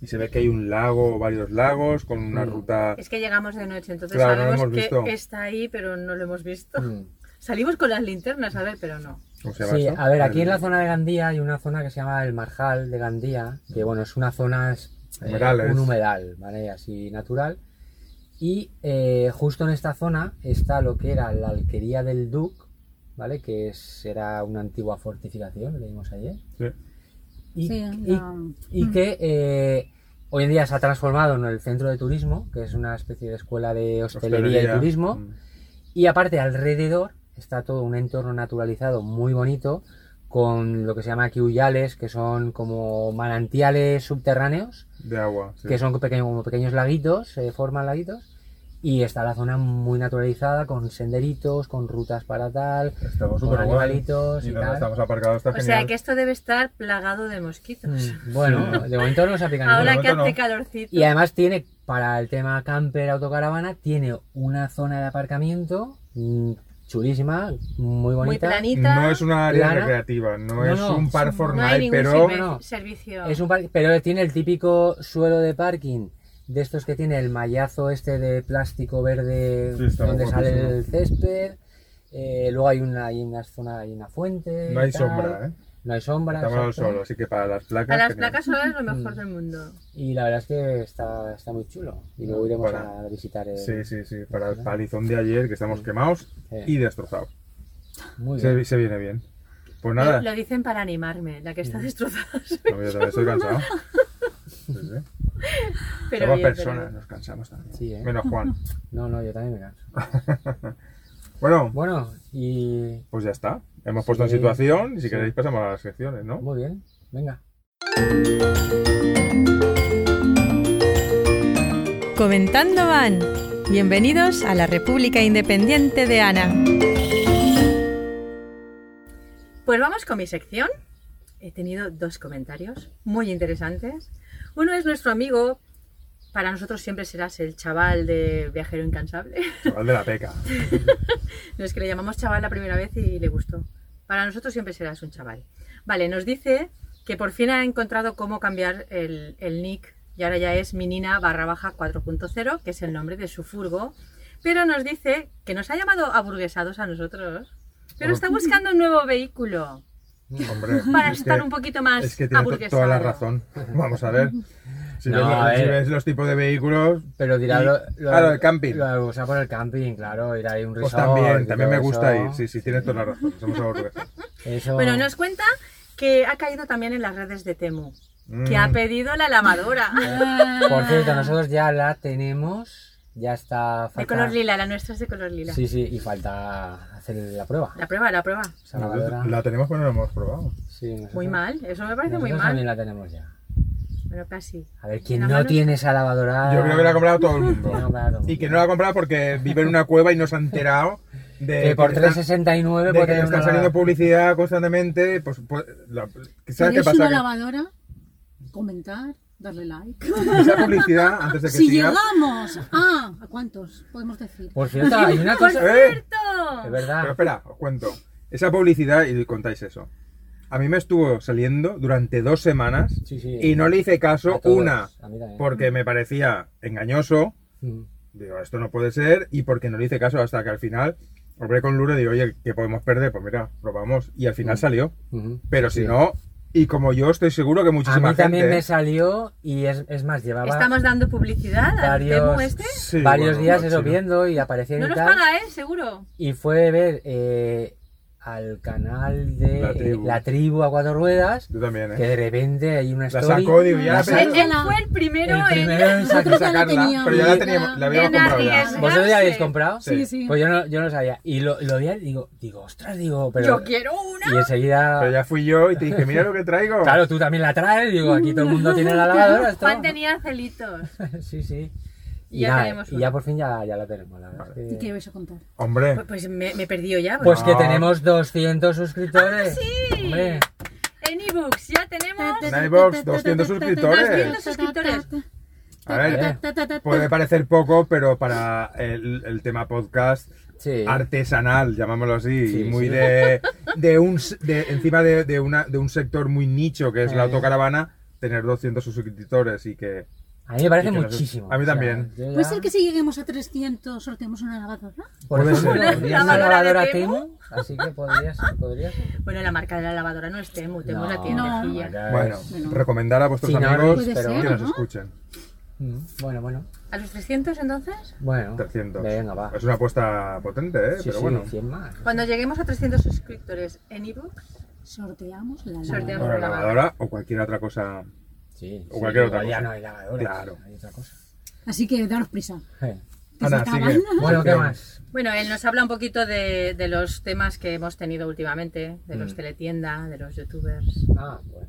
[SPEAKER 2] y se ve que hay un lago, varios lagos, con una
[SPEAKER 3] Mm.
[SPEAKER 2] ruta...
[SPEAKER 1] Es que llegamos de noche, entonces
[SPEAKER 2] Claro, no lo
[SPEAKER 1] sabemos
[SPEAKER 2] hemos
[SPEAKER 1] que
[SPEAKER 2] visto.
[SPEAKER 1] está ahí, pero no lo hemos visto.
[SPEAKER 3] Mm.
[SPEAKER 1] Salimos con las linternas, a ver, pero no.
[SPEAKER 2] ¿Cómo se llama
[SPEAKER 3] Sí,
[SPEAKER 2] esto?
[SPEAKER 3] a ver, aquí
[SPEAKER 2] El-
[SPEAKER 3] en la zona de Gandía hay una zona que se llama el Marjal de Gandía, que
[SPEAKER 2] Mm.
[SPEAKER 3] bueno, es una zona, es, eh,
[SPEAKER 2] Humedales.
[SPEAKER 3] un humedal, ¿vale? Así natural. Y eh, justo en esta zona está lo que era la alquería del Duc, ¿vale? Que es- era una antigua fortificación, lo que vimos ayer.
[SPEAKER 2] Sí.
[SPEAKER 3] ¿eh? Y,
[SPEAKER 4] Sí,
[SPEAKER 3] y-
[SPEAKER 4] la- Mm.
[SPEAKER 3] y que eh, hoy en día se ha transformado en el centro de turismo, que es una especie de escuela de hostelería, y turismo.
[SPEAKER 2] Mm.
[SPEAKER 3] Y aparte, alrededor está todo un entorno naturalizado muy bonito, con lo que se llama aquí huyales, que son como manantiales subterráneos,
[SPEAKER 2] De agua. sí.
[SPEAKER 3] que son pequeños, como pequeños laguitos, se forman laguitos. Y está la zona muy naturalizada, con senderitos, con rutas para tal,
[SPEAKER 2] Estamos
[SPEAKER 3] con
[SPEAKER 2] súper
[SPEAKER 3] animalitos y,
[SPEAKER 2] Y donde
[SPEAKER 3] tal.
[SPEAKER 2] estamos aparcados está
[SPEAKER 1] O
[SPEAKER 2] genial.
[SPEAKER 1] sea que esto debe estar plagado de mosquitos.
[SPEAKER 3] Mm, Bueno, de momento no se aplica ninguno.
[SPEAKER 1] Ahora que
[SPEAKER 2] momento
[SPEAKER 1] hace
[SPEAKER 2] no.
[SPEAKER 1] calorcito.
[SPEAKER 3] Y además tiene, para el tema camper autocaravana, tiene una zona de aparcamiento mm, chulísima,
[SPEAKER 1] muy
[SPEAKER 3] muy bonita.
[SPEAKER 1] planita.
[SPEAKER 2] No es una área
[SPEAKER 3] Plana.
[SPEAKER 2] recreativa, no,
[SPEAKER 3] No,
[SPEAKER 2] es
[SPEAKER 3] no,
[SPEAKER 2] un par
[SPEAKER 1] No hay
[SPEAKER 2] Fortnite,
[SPEAKER 1] ningún
[SPEAKER 2] pero
[SPEAKER 1] servi-
[SPEAKER 3] no.
[SPEAKER 1] servicio.
[SPEAKER 3] Es un parque, pero tiene el típico suelo de parking de estos que tiene el mallazo este de plástico verde
[SPEAKER 2] Sí, está
[SPEAKER 3] donde sale
[SPEAKER 2] guapísimo.
[SPEAKER 3] el césped. Eh, luego hay una, hay una zona, hay una fuente.
[SPEAKER 2] no hay
[SPEAKER 3] y tal.
[SPEAKER 2] sombra, ¿eh?
[SPEAKER 3] No hay sombra.
[SPEAKER 2] Estamos al
[SPEAKER 3] exacto.
[SPEAKER 2] sol, así que para las placas...
[SPEAKER 1] A las
[SPEAKER 2] genial.
[SPEAKER 1] placas solares lo mejor del mundo.
[SPEAKER 3] Y la verdad es que está, está muy chulo. Y luego iremos
[SPEAKER 2] Para-
[SPEAKER 3] a visitar. el-
[SPEAKER 2] Sí, sí, sí, para el palizón de ayer que estamos quemados
[SPEAKER 3] Sí.
[SPEAKER 2] y destrozados.
[SPEAKER 3] eh, Muy bien.
[SPEAKER 2] Se, se viene bien. Pues
[SPEAKER 1] Eh, Lo
[SPEAKER 2] nada, Mm.
[SPEAKER 1] dicen para animarme, la que está destrozada. soy.
[SPEAKER 2] no, yo también estoy cansado. Sí, sí.
[SPEAKER 1] Pero
[SPEAKER 2] Somos
[SPEAKER 1] bien, pero
[SPEAKER 2] personas,
[SPEAKER 1] bien.
[SPEAKER 2] nos cansamos también.
[SPEAKER 3] Sí, ¿eh?
[SPEAKER 2] Menos Juan.
[SPEAKER 3] No, no, yo también me canso.
[SPEAKER 2] Bueno,
[SPEAKER 3] Bueno, y
[SPEAKER 2] pues ya está. Hemos puesto en
[SPEAKER 3] Sí.
[SPEAKER 2] situación y si
[SPEAKER 3] Sí.
[SPEAKER 2] queréis pasamos a las secciones, ¿no?
[SPEAKER 3] muy bien. Venga.
[SPEAKER 5] Comentando van. Bienvenidos a la República Independiente de Ana.
[SPEAKER 1] Pues vamos con mi sección. He tenido dos comentarios muy interesantes. Uno es nuestro amigo, para nosotros siempre serás el chaval de viajero incansable.
[SPEAKER 2] Chaval de la peca.
[SPEAKER 1] No es que le llamamos chaval la primera vez y le gustó. Para nosotros siempre serás un chaval. Vale, nos dice que por fin ha encontrado cómo cambiar el, el nick y ahora ya es Minina barra baja 4.0, que es el nombre de su furgo. Pero nos dice que nos ha llamado aburguesados a nosotros, pero está buscando un nuevo vehículo
[SPEAKER 2] Hombre,
[SPEAKER 1] para
[SPEAKER 2] es
[SPEAKER 1] estar
[SPEAKER 2] que-
[SPEAKER 1] un poquito más
[SPEAKER 2] Es que tiene to-
[SPEAKER 1] aburguesado.
[SPEAKER 2] toda la razón. Vamos a ver. Si,
[SPEAKER 3] No,
[SPEAKER 2] ves, los-
[SPEAKER 3] a ver.
[SPEAKER 2] si ves los tipos de vehículos,
[SPEAKER 3] Pero dirá
[SPEAKER 2] Y-
[SPEAKER 3] lo,
[SPEAKER 2] claro, el camping.
[SPEAKER 3] Lo, o sea, por el camping, claro. Ir ahí a un
[SPEAKER 2] pues
[SPEAKER 3] resort.
[SPEAKER 2] también,
[SPEAKER 3] y
[SPEAKER 2] también me
[SPEAKER 3] todo
[SPEAKER 2] gusta
[SPEAKER 3] eso.
[SPEAKER 2] ir. Sí, sí, tienes toda la razón. Somos aburguesados.
[SPEAKER 3] Eso-
[SPEAKER 1] Bueno, nos cuenta que ha caído también en las redes de Temu, que
[SPEAKER 2] Mm.
[SPEAKER 1] ha pedido la lavadora.
[SPEAKER 3] Por cierto, nosotros ya la tenemos. Ya está.
[SPEAKER 1] De
[SPEAKER 3] falta-
[SPEAKER 1] color lila, la nuestra es de color lila.
[SPEAKER 3] Sí, sí, y falta hacer la prueba.
[SPEAKER 1] La prueba, la prueba.
[SPEAKER 3] Esa lavadora.
[SPEAKER 2] Nosotros La tenemos, pero no la hemos probado.
[SPEAKER 3] Sí, nosotros-
[SPEAKER 1] Muy mal, eso me parece
[SPEAKER 3] nosotros
[SPEAKER 1] muy
[SPEAKER 3] también
[SPEAKER 1] mal.
[SPEAKER 3] la tenemos ya.
[SPEAKER 1] Pero casi.
[SPEAKER 3] A ver, quien
[SPEAKER 1] La
[SPEAKER 3] no
[SPEAKER 1] mano-
[SPEAKER 3] tiene esa lavadora.
[SPEAKER 2] Yo creo que la ha comprado todo el
[SPEAKER 3] La ha
[SPEAKER 2] mundo.
[SPEAKER 3] comprado todo el
[SPEAKER 2] Y que
[SPEAKER 3] mundo.
[SPEAKER 2] no la ha comprado porque vive en una cueva y no se ha enterado de
[SPEAKER 3] Que por
[SPEAKER 2] están-
[SPEAKER 3] 3,69
[SPEAKER 2] de
[SPEAKER 3] puede
[SPEAKER 2] que le
[SPEAKER 3] tener
[SPEAKER 2] está
[SPEAKER 3] una
[SPEAKER 2] saliendo
[SPEAKER 3] lavadora.
[SPEAKER 2] publicidad constantemente. Pues, pues, la- ¿Sabes qué
[SPEAKER 4] ¿Tenéis
[SPEAKER 2] pasa?
[SPEAKER 4] una
[SPEAKER 2] Que
[SPEAKER 4] lavadora? Comentar, darle like.
[SPEAKER 2] esa publicidad, antes de que
[SPEAKER 4] Si
[SPEAKER 2] siga.
[SPEAKER 3] Pues
[SPEAKER 4] llegamos a... ¿A cuántos podemos decir?
[SPEAKER 3] Por cierto, hay una cosa.
[SPEAKER 2] ¡Eh!
[SPEAKER 3] Es
[SPEAKER 1] cierto.
[SPEAKER 2] Pero
[SPEAKER 3] verdad.
[SPEAKER 2] espera, os cuento. Esa publicidad, y contáis eso. A mí me estuvo saliendo durante dos semanas
[SPEAKER 3] Sí, sí.
[SPEAKER 2] y no le hice
[SPEAKER 3] A
[SPEAKER 2] caso
[SPEAKER 3] todos,
[SPEAKER 2] una,
[SPEAKER 3] a mí también.
[SPEAKER 2] porque me parecía engañoso,
[SPEAKER 3] Mm.
[SPEAKER 2] digo, esto no puede ser, y porque no le hice caso hasta que al final hablé con Lure y digo, oye, ¿qué podemos perder? Pues mira, probamos, y al final
[SPEAKER 3] Mm.
[SPEAKER 2] salió.
[SPEAKER 3] Ujú.
[SPEAKER 2] Pero si
[SPEAKER 3] Sí.
[SPEAKER 2] no, y como yo estoy seguro que
[SPEAKER 3] A
[SPEAKER 2] muchísima
[SPEAKER 3] mí también me
[SPEAKER 2] gente... ¿eh?
[SPEAKER 3] salió y es, es más, llevaba
[SPEAKER 1] Estamos dando publicidad al
[SPEAKER 3] varios-
[SPEAKER 1] Temu este.
[SPEAKER 2] Sí,
[SPEAKER 3] varios
[SPEAKER 2] bueno,
[SPEAKER 3] días
[SPEAKER 2] no,
[SPEAKER 3] eso
[SPEAKER 2] sí, no.
[SPEAKER 3] viendo y aparecía
[SPEAKER 1] No
[SPEAKER 3] y
[SPEAKER 1] nos
[SPEAKER 3] tal.
[SPEAKER 1] paga él, seguro.
[SPEAKER 3] Y fue ver eh, al canal de eh,
[SPEAKER 2] La
[SPEAKER 3] la
[SPEAKER 2] Tribu.
[SPEAKER 3] tribu. a cuatro ruedas,
[SPEAKER 2] Yo también, ¿eh?
[SPEAKER 3] que de repente hay una
[SPEAKER 2] La
[SPEAKER 3] story.
[SPEAKER 2] sacó, digo, ya,
[SPEAKER 4] La
[SPEAKER 2] pero-
[SPEAKER 1] Él,
[SPEAKER 4] sacó.
[SPEAKER 1] él fue el primero,
[SPEAKER 3] el
[SPEAKER 1] en-
[SPEAKER 3] primero en sacar-
[SPEAKER 4] Nosotros ya la
[SPEAKER 2] sacarla,
[SPEAKER 4] teníamos,
[SPEAKER 2] pero ya la
[SPEAKER 3] ya.
[SPEAKER 2] teníamos, la
[SPEAKER 1] Bien
[SPEAKER 2] habíamos comprado ya.
[SPEAKER 1] arriesgado.
[SPEAKER 3] ¿Vosotros ya habéis comprado?
[SPEAKER 2] Sí.
[SPEAKER 4] Sí, sí.
[SPEAKER 3] Pues yo no, yo no sabía. Y lo, lo vi y digo, digo, ostras, digo, pero.
[SPEAKER 1] Yo quiero una.
[SPEAKER 3] Y enseguida.
[SPEAKER 2] Pero ya fui yo y te dije, mira lo que traigo.
[SPEAKER 3] Claro, tú también la traes, digo, aquí todo el mundo tiene la lavadora. esto-
[SPEAKER 1] Juan tenía celitos.
[SPEAKER 3] Sí, sí.
[SPEAKER 1] Y
[SPEAKER 3] Y,
[SPEAKER 1] ya
[SPEAKER 3] nada,
[SPEAKER 1] tenemos
[SPEAKER 3] y
[SPEAKER 1] una.
[SPEAKER 3] ya por fin ya, ya la tenemos, la verdad.
[SPEAKER 4] ¿Y
[SPEAKER 3] es
[SPEAKER 4] qué
[SPEAKER 3] que-
[SPEAKER 4] vais a contar?
[SPEAKER 2] Hombre,
[SPEAKER 1] Pues, pues me, me he perdido ya.
[SPEAKER 3] Pues
[SPEAKER 1] porque-
[SPEAKER 3] que
[SPEAKER 2] No.
[SPEAKER 3] tenemos 200 suscriptores.
[SPEAKER 1] ¡Ah, sí!
[SPEAKER 3] Hombre,
[SPEAKER 1] Pues En ebooks ya tenemos.
[SPEAKER 2] En iVoox, 200 suscriptores.
[SPEAKER 1] 200 suscriptores.
[SPEAKER 2] a
[SPEAKER 3] eh.
[SPEAKER 2] ver, ¿eh?
[SPEAKER 3] Pues,
[SPEAKER 2] puede parecer poco, pero para el, el tema podcast
[SPEAKER 3] sí.
[SPEAKER 2] artesanal, llamámoslo así,
[SPEAKER 3] Sí,
[SPEAKER 2] y muy
[SPEAKER 3] sí.
[SPEAKER 2] de, de un s- de- encima de, de una, de un sector muy nicho que es la
[SPEAKER 3] Eh.
[SPEAKER 2] autocaravana, tener 200 suscriptores y que...
[SPEAKER 3] A mí me parece
[SPEAKER 2] Y que no sé-
[SPEAKER 3] muchísimo.
[SPEAKER 2] a mí
[SPEAKER 3] O sea,
[SPEAKER 2] también.
[SPEAKER 3] yo ya-
[SPEAKER 4] ¿Puede ser que si lleguemos a 300 sorteemos una lavadora?
[SPEAKER 3] Por
[SPEAKER 2] Puede
[SPEAKER 3] ejemplo,
[SPEAKER 2] ser.
[SPEAKER 3] podría ser
[SPEAKER 1] Una
[SPEAKER 3] una
[SPEAKER 1] lavadora
[SPEAKER 3] lavadora
[SPEAKER 1] de Temu.
[SPEAKER 3] Temu, así que podría ser, podría ser.
[SPEAKER 1] Bueno, la marca de la lavadora no es Temu, Temu es la tiendecilla.
[SPEAKER 3] ya es-
[SPEAKER 2] Bueno,
[SPEAKER 4] Bueno.
[SPEAKER 2] recomendar a vuestros
[SPEAKER 3] Sí, no,
[SPEAKER 2] amigos
[SPEAKER 3] puede ser,
[SPEAKER 2] que nos
[SPEAKER 4] ¿no?
[SPEAKER 2] escuchen.
[SPEAKER 3] Mm, Bueno, bueno.
[SPEAKER 1] ¿A los 300 entonces?
[SPEAKER 3] Bueno.
[SPEAKER 2] 300.
[SPEAKER 3] Venga, va.
[SPEAKER 2] Es una apuesta potente, ¿eh?
[SPEAKER 3] Sí,
[SPEAKER 2] pero
[SPEAKER 3] sí,
[SPEAKER 2] bueno.
[SPEAKER 3] 100 más.
[SPEAKER 1] Cuando lleguemos a 300 suscriptores en ebooks,
[SPEAKER 4] Sorteamos la
[SPEAKER 1] Sorteamos.
[SPEAKER 4] lavadora.
[SPEAKER 2] Bueno, la lavadora o cualquier otra cosa.
[SPEAKER 3] Sí.
[SPEAKER 2] O
[SPEAKER 3] sí,
[SPEAKER 2] cualquier otra
[SPEAKER 3] igual Ya
[SPEAKER 2] cosa.
[SPEAKER 3] no hay lavadora.
[SPEAKER 2] Claro.
[SPEAKER 3] Hay otra cosa.
[SPEAKER 4] Así que daros prisa.
[SPEAKER 3] Eh.
[SPEAKER 4] Que
[SPEAKER 2] Ana,
[SPEAKER 4] se
[SPEAKER 2] sigue.
[SPEAKER 4] acaban.
[SPEAKER 3] Bueno, ¿qué
[SPEAKER 2] Porque-
[SPEAKER 3] más?
[SPEAKER 1] Bueno, él nos habla un poquito de, de los temas que hemos tenido últimamente, de los
[SPEAKER 3] Mm.
[SPEAKER 1] teletienda, de los youtubers,
[SPEAKER 3] Ah, bueno.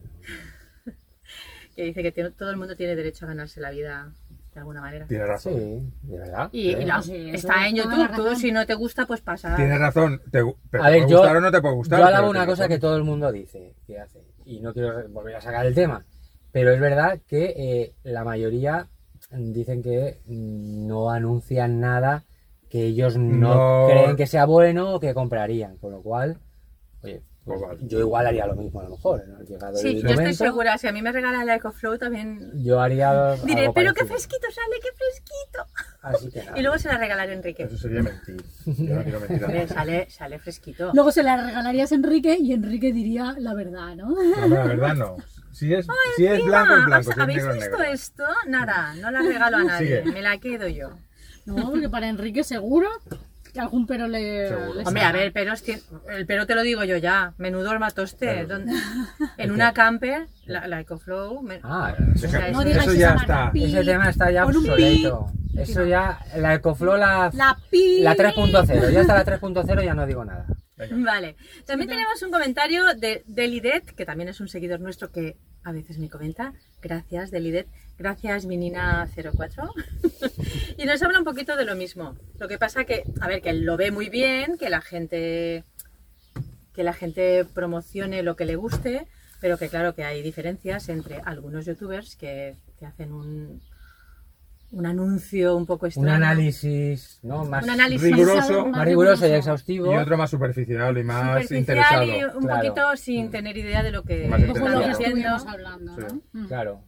[SPEAKER 1] que dice que tiene- todo el mundo tiene derecho a ganarse la vida de alguna manera.
[SPEAKER 2] Tiene razón.
[SPEAKER 3] Sí, de verdad.
[SPEAKER 1] Y, y
[SPEAKER 3] Sí.
[SPEAKER 1] la-
[SPEAKER 4] Sí, eso
[SPEAKER 1] está en
[SPEAKER 4] es toda
[SPEAKER 1] YouTube,
[SPEAKER 4] la
[SPEAKER 1] tú
[SPEAKER 4] razón.
[SPEAKER 1] si no te gusta, pues pasa.
[SPEAKER 2] Tienes razón. Te, gu- pero
[SPEAKER 3] A
[SPEAKER 2] te
[SPEAKER 3] ver,
[SPEAKER 2] puede
[SPEAKER 3] yo,
[SPEAKER 2] gustar o no te puede gustar.
[SPEAKER 3] yo
[SPEAKER 2] pero
[SPEAKER 3] alabo una
[SPEAKER 2] tienes
[SPEAKER 3] cosa
[SPEAKER 2] razón.
[SPEAKER 3] que todo el mundo dice que hace, y no quiero volver a sacar el tema, pero es verdad que eh, la mayoría dicen que mm, no anuncian nada que ellos
[SPEAKER 2] No.
[SPEAKER 3] no, creen que sea bueno o que comprarían, con lo cual, oye,
[SPEAKER 2] Pues vale.
[SPEAKER 3] yo igual haría lo mismo a lo mejor, ¿no? Llegado el
[SPEAKER 1] Sí, yo
[SPEAKER 3] momento,
[SPEAKER 1] estoy segura, si a mí me regalan la EcoFlow también
[SPEAKER 3] Yo haría.
[SPEAKER 1] diré,
[SPEAKER 3] algo
[SPEAKER 1] pero qué
[SPEAKER 3] parecido".
[SPEAKER 1] fresquito sale, qué fresquito.
[SPEAKER 3] Así que nada.
[SPEAKER 1] Y luego se la regalaré a Enrique.
[SPEAKER 2] Eso sería mentir. Yo no quiero mentir. a
[SPEAKER 1] Hombre,
[SPEAKER 2] nadie.
[SPEAKER 1] sale, sale fresquito.
[SPEAKER 4] Luego se la regalarías a Enrique y Enrique diría la verdad, ¿no?
[SPEAKER 2] No, la verdad no. Si es, si es
[SPEAKER 1] Encima,
[SPEAKER 2] blanco, es
[SPEAKER 1] ¿os-
[SPEAKER 2] blanco. Si es
[SPEAKER 1] ¿Habéis
[SPEAKER 2] negro, es
[SPEAKER 1] visto
[SPEAKER 2] negro.
[SPEAKER 1] esto? Nada, no la regalo a nadie,
[SPEAKER 2] Sigue.
[SPEAKER 1] me la quedo yo.
[SPEAKER 4] No, porque para Enrique seguro que algún pero le...
[SPEAKER 2] Seguro.
[SPEAKER 4] le
[SPEAKER 1] Hombre,
[SPEAKER 4] sale.
[SPEAKER 1] a ver, peros tien- el pero te lo digo yo ya, menudo armatoste.
[SPEAKER 2] Claro.
[SPEAKER 1] donde- en una camper, la, la EcoFlow, me-
[SPEAKER 3] Ah,
[SPEAKER 2] Deja-
[SPEAKER 1] No
[SPEAKER 4] digáis
[SPEAKER 2] eso
[SPEAKER 4] esa
[SPEAKER 2] ya
[SPEAKER 4] marca.
[SPEAKER 2] está.
[SPEAKER 4] Pi,
[SPEAKER 3] ese tema está ya
[SPEAKER 4] con un pi.
[SPEAKER 3] obsoleto. Eso ya, la Ecoflow la
[SPEAKER 4] La pi...
[SPEAKER 3] La 3.0, ya está la 3.0, ya no digo nada.
[SPEAKER 1] Vale. También tenemos un comentario de Delidet, que también es un seguidor nuestro que a veces me comenta. Gracias, Delidet. Gracias, Minina04. y nos habla un poquito de lo mismo. Lo que pasa que, a ver, que él lo ve muy bien, que la gente que la gente promocione lo que le guste, pero que claro que hay diferencias entre algunos youtubers que, que hacen un, un anuncio un poco
[SPEAKER 3] Un
[SPEAKER 1] extraño.
[SPEAKER 3] análisis, ¿no? Más,
[SPEAKER 1] Un análisis
[SPEAKER 2] Riguroso.
[SPEAKER 3] más riguroso y exhaustivo.
[SPEAKER 2] Y otro más superficial y más
[SPEAKER 1] superficial
[SPEAKER 2] interesado. Mm.
[SPEAKER 1] y un
[SPEAKER 3] claro.
[SPEAKER 1] poquito sin tener idea de lo que
[SPEAKER 2] Más
[SPEAKER 4] Un poco
[SPEAKER 1] están
[SPEAKER 4] lo que
[SPEAKER 1] haciendo.
[SPEAKER 2] interesado.
[SPEAKER 4] estuvimos hablando,
[SPEAKER 2] Sí.
[SPEAKER 4] ¿no? Mm.
[SPEAKER 3] Claro.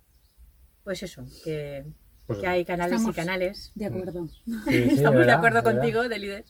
[SPEAKER 1] Pues eso, que,
[SPEAKER 2] Pues
[SPEAKER 1] que hay canales
[SPEAKER 4] Estamos-
[SPEAKER 1] y canales.
[SPEAKER 4] De acuerdo.
[SPEAKER 3] Sí, sí,
[SPEAKER 1] Estamos de
[SPEAKER 3] verdad,
[SPEAKER 1] acuerdo
[SPEAKER 3] verdad.
[SPEAKER 1] contigo, de líder.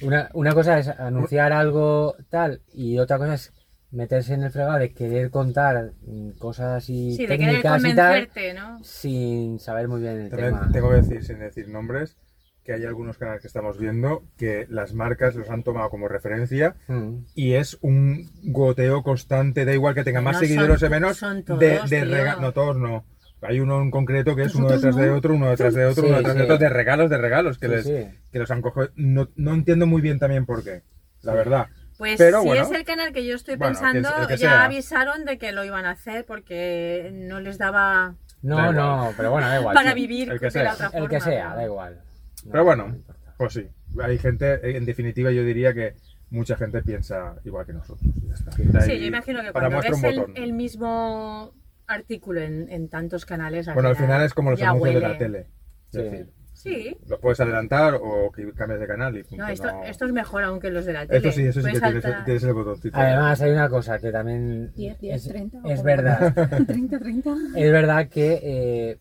[SPEAKER 3] Una, una cosa es anunciar algo tal y otra cosa es meterse en el fregado de querer contar mm, cosas así
[SPEAKER 1] Sí, de querer
[SPEAKER 3] técnicas y tal
[SPEAKER 1] convencerte, ¿no?
[SPEAKER 3] sin saber muy bien el
[SPEAKER 2] También
[SPEAKER 3] tema.
[SPEAKER 2] tengo que decir, sin decir nombres, que hay algunos canales que estamos viendo que las marcas los han tomado como referencia
[SPEAKER 3] Mm.
[SPEAKER 2] y es un goteo constante, da igual que tenga más
[SPEAKER 1] No,
[SPEAKER 2] seguidores
[SPEAKER 1] son-
[SPEAKER 2] o menos,
[SPEAKER 1] son todos,
[SPEAKER 2] de, de
[SPEAKER 1] tío.
[SPEAKER 2] rega- No, todos no. Hay uno en concreto que es uno
[SPEAKER 4] Nosotros
[SPEAKER 2] detrás de
[SPEAKER 4] no.
[SPEAKER 2] otro, uno detrás de otro,
[SPEAKER 3] Sí,
[SPEAKER 2] uno detrás de
[SPEAKER 3] sí.
[SPEAKER 2] otro, de regalos, de regalos, que,
[SPEAKER 3] Sí,
[SPEAKER 2] les,
[SPEAKER 3] sí.
[SPEAKER 2] que los han cogido. No, no entiendo muy bien también por qué, la verdad.
[SPEAKER 1] Pues
[SPEAKER 2] Pero
[SPEAKER 1] si
[SPEAKER 2] bueno.
[SPEAKER 1] es el canal que yo estoy
[SPEAKER 2] Bueno,
[SPEAKER 1] pensando,
[SPEAKER 2] que- que
[SPEAKER 1] ya
[SPEAKER 2] sea.
[SPEAKER 1] avisaron de que lo iban a hacer porque no les daba
[SPEAKER 2] Da
[SPEAKER 3] No,
[SPEAKER 2] igual.
[SPEAKER 3] no, pero bueno, da igual.
[SPEAKER 1] para
[SPEAKER 3] sí.
[SPEAKER 1] vivir
[SPEAKER 2] el que
[SPEAKER 1] de la
[SPEAKER 2] sea.
[SPEAKER 1] otra forma.
[SPEAKER 3] El que sea,
[SPEAKER 1] ¿no?
[SPEAKER 3] da igual. No,
[SPEAKER 2] Pero bueno,
[SPEAKER 3] no importa.
[SPEAKER 2] pues sí, hay gente, en definitiva yo diría que mucha gente piensa igual que nosotros. y ya está.
[SPEAKER 1] Sí,
[SPEAKER 2] Y
[SPEAKER 1] yo imagino que
[SPEAKER 2] para
[SPEAKER 1] cuando
[SPEAKER 2] muestra
[SPEAKER 1] ves
[SPEAKER 2] un
[SPEAKER 1] el,
[SPEAKER 2] botón.
[SPEAKER 1] el mismo artículo en, en tantos canales...
[SPEAKER 2] Bueno, al final es como los
[SPEAKER 1] ya
[SPEAKER 2] anuncios de la
[SPEAKER 1] huele.
[SPEAKER 2] tele. Es
[SPEAKER 3] Sí.
[SPEAKER 2] decir,
[SPEAKER 1] Sí.
[SPEAKER 2] Los puedes adelantar o que cambias de canal y punto.
[SPEAKER 1] No, esto,
[SPEAKER 2] no.
[SPEAKER 1] esto es mejor aún que los de la tele.
[SPEAKER 2] Esto sí, eso sí que
[SPEAKER 1] Puedes
[SPEAKER 2] tienes,
[SPEAKER 1] saltar-
[SPEAKER 2] tienes el botoncito.
[SPEAKER 3] Además, hay una cosa que también
[SPEAKER 4] 10, 10,
[SPEAKER 3] es,
[SPEAKER 4] 30. o
[SPEAKER 3] es
[SPEAKER 4] por-
[SPEAKER 3] verdad.
[SPEAKER 4] 30, 30.
[SPEAKER 3] Es verdad que, eh,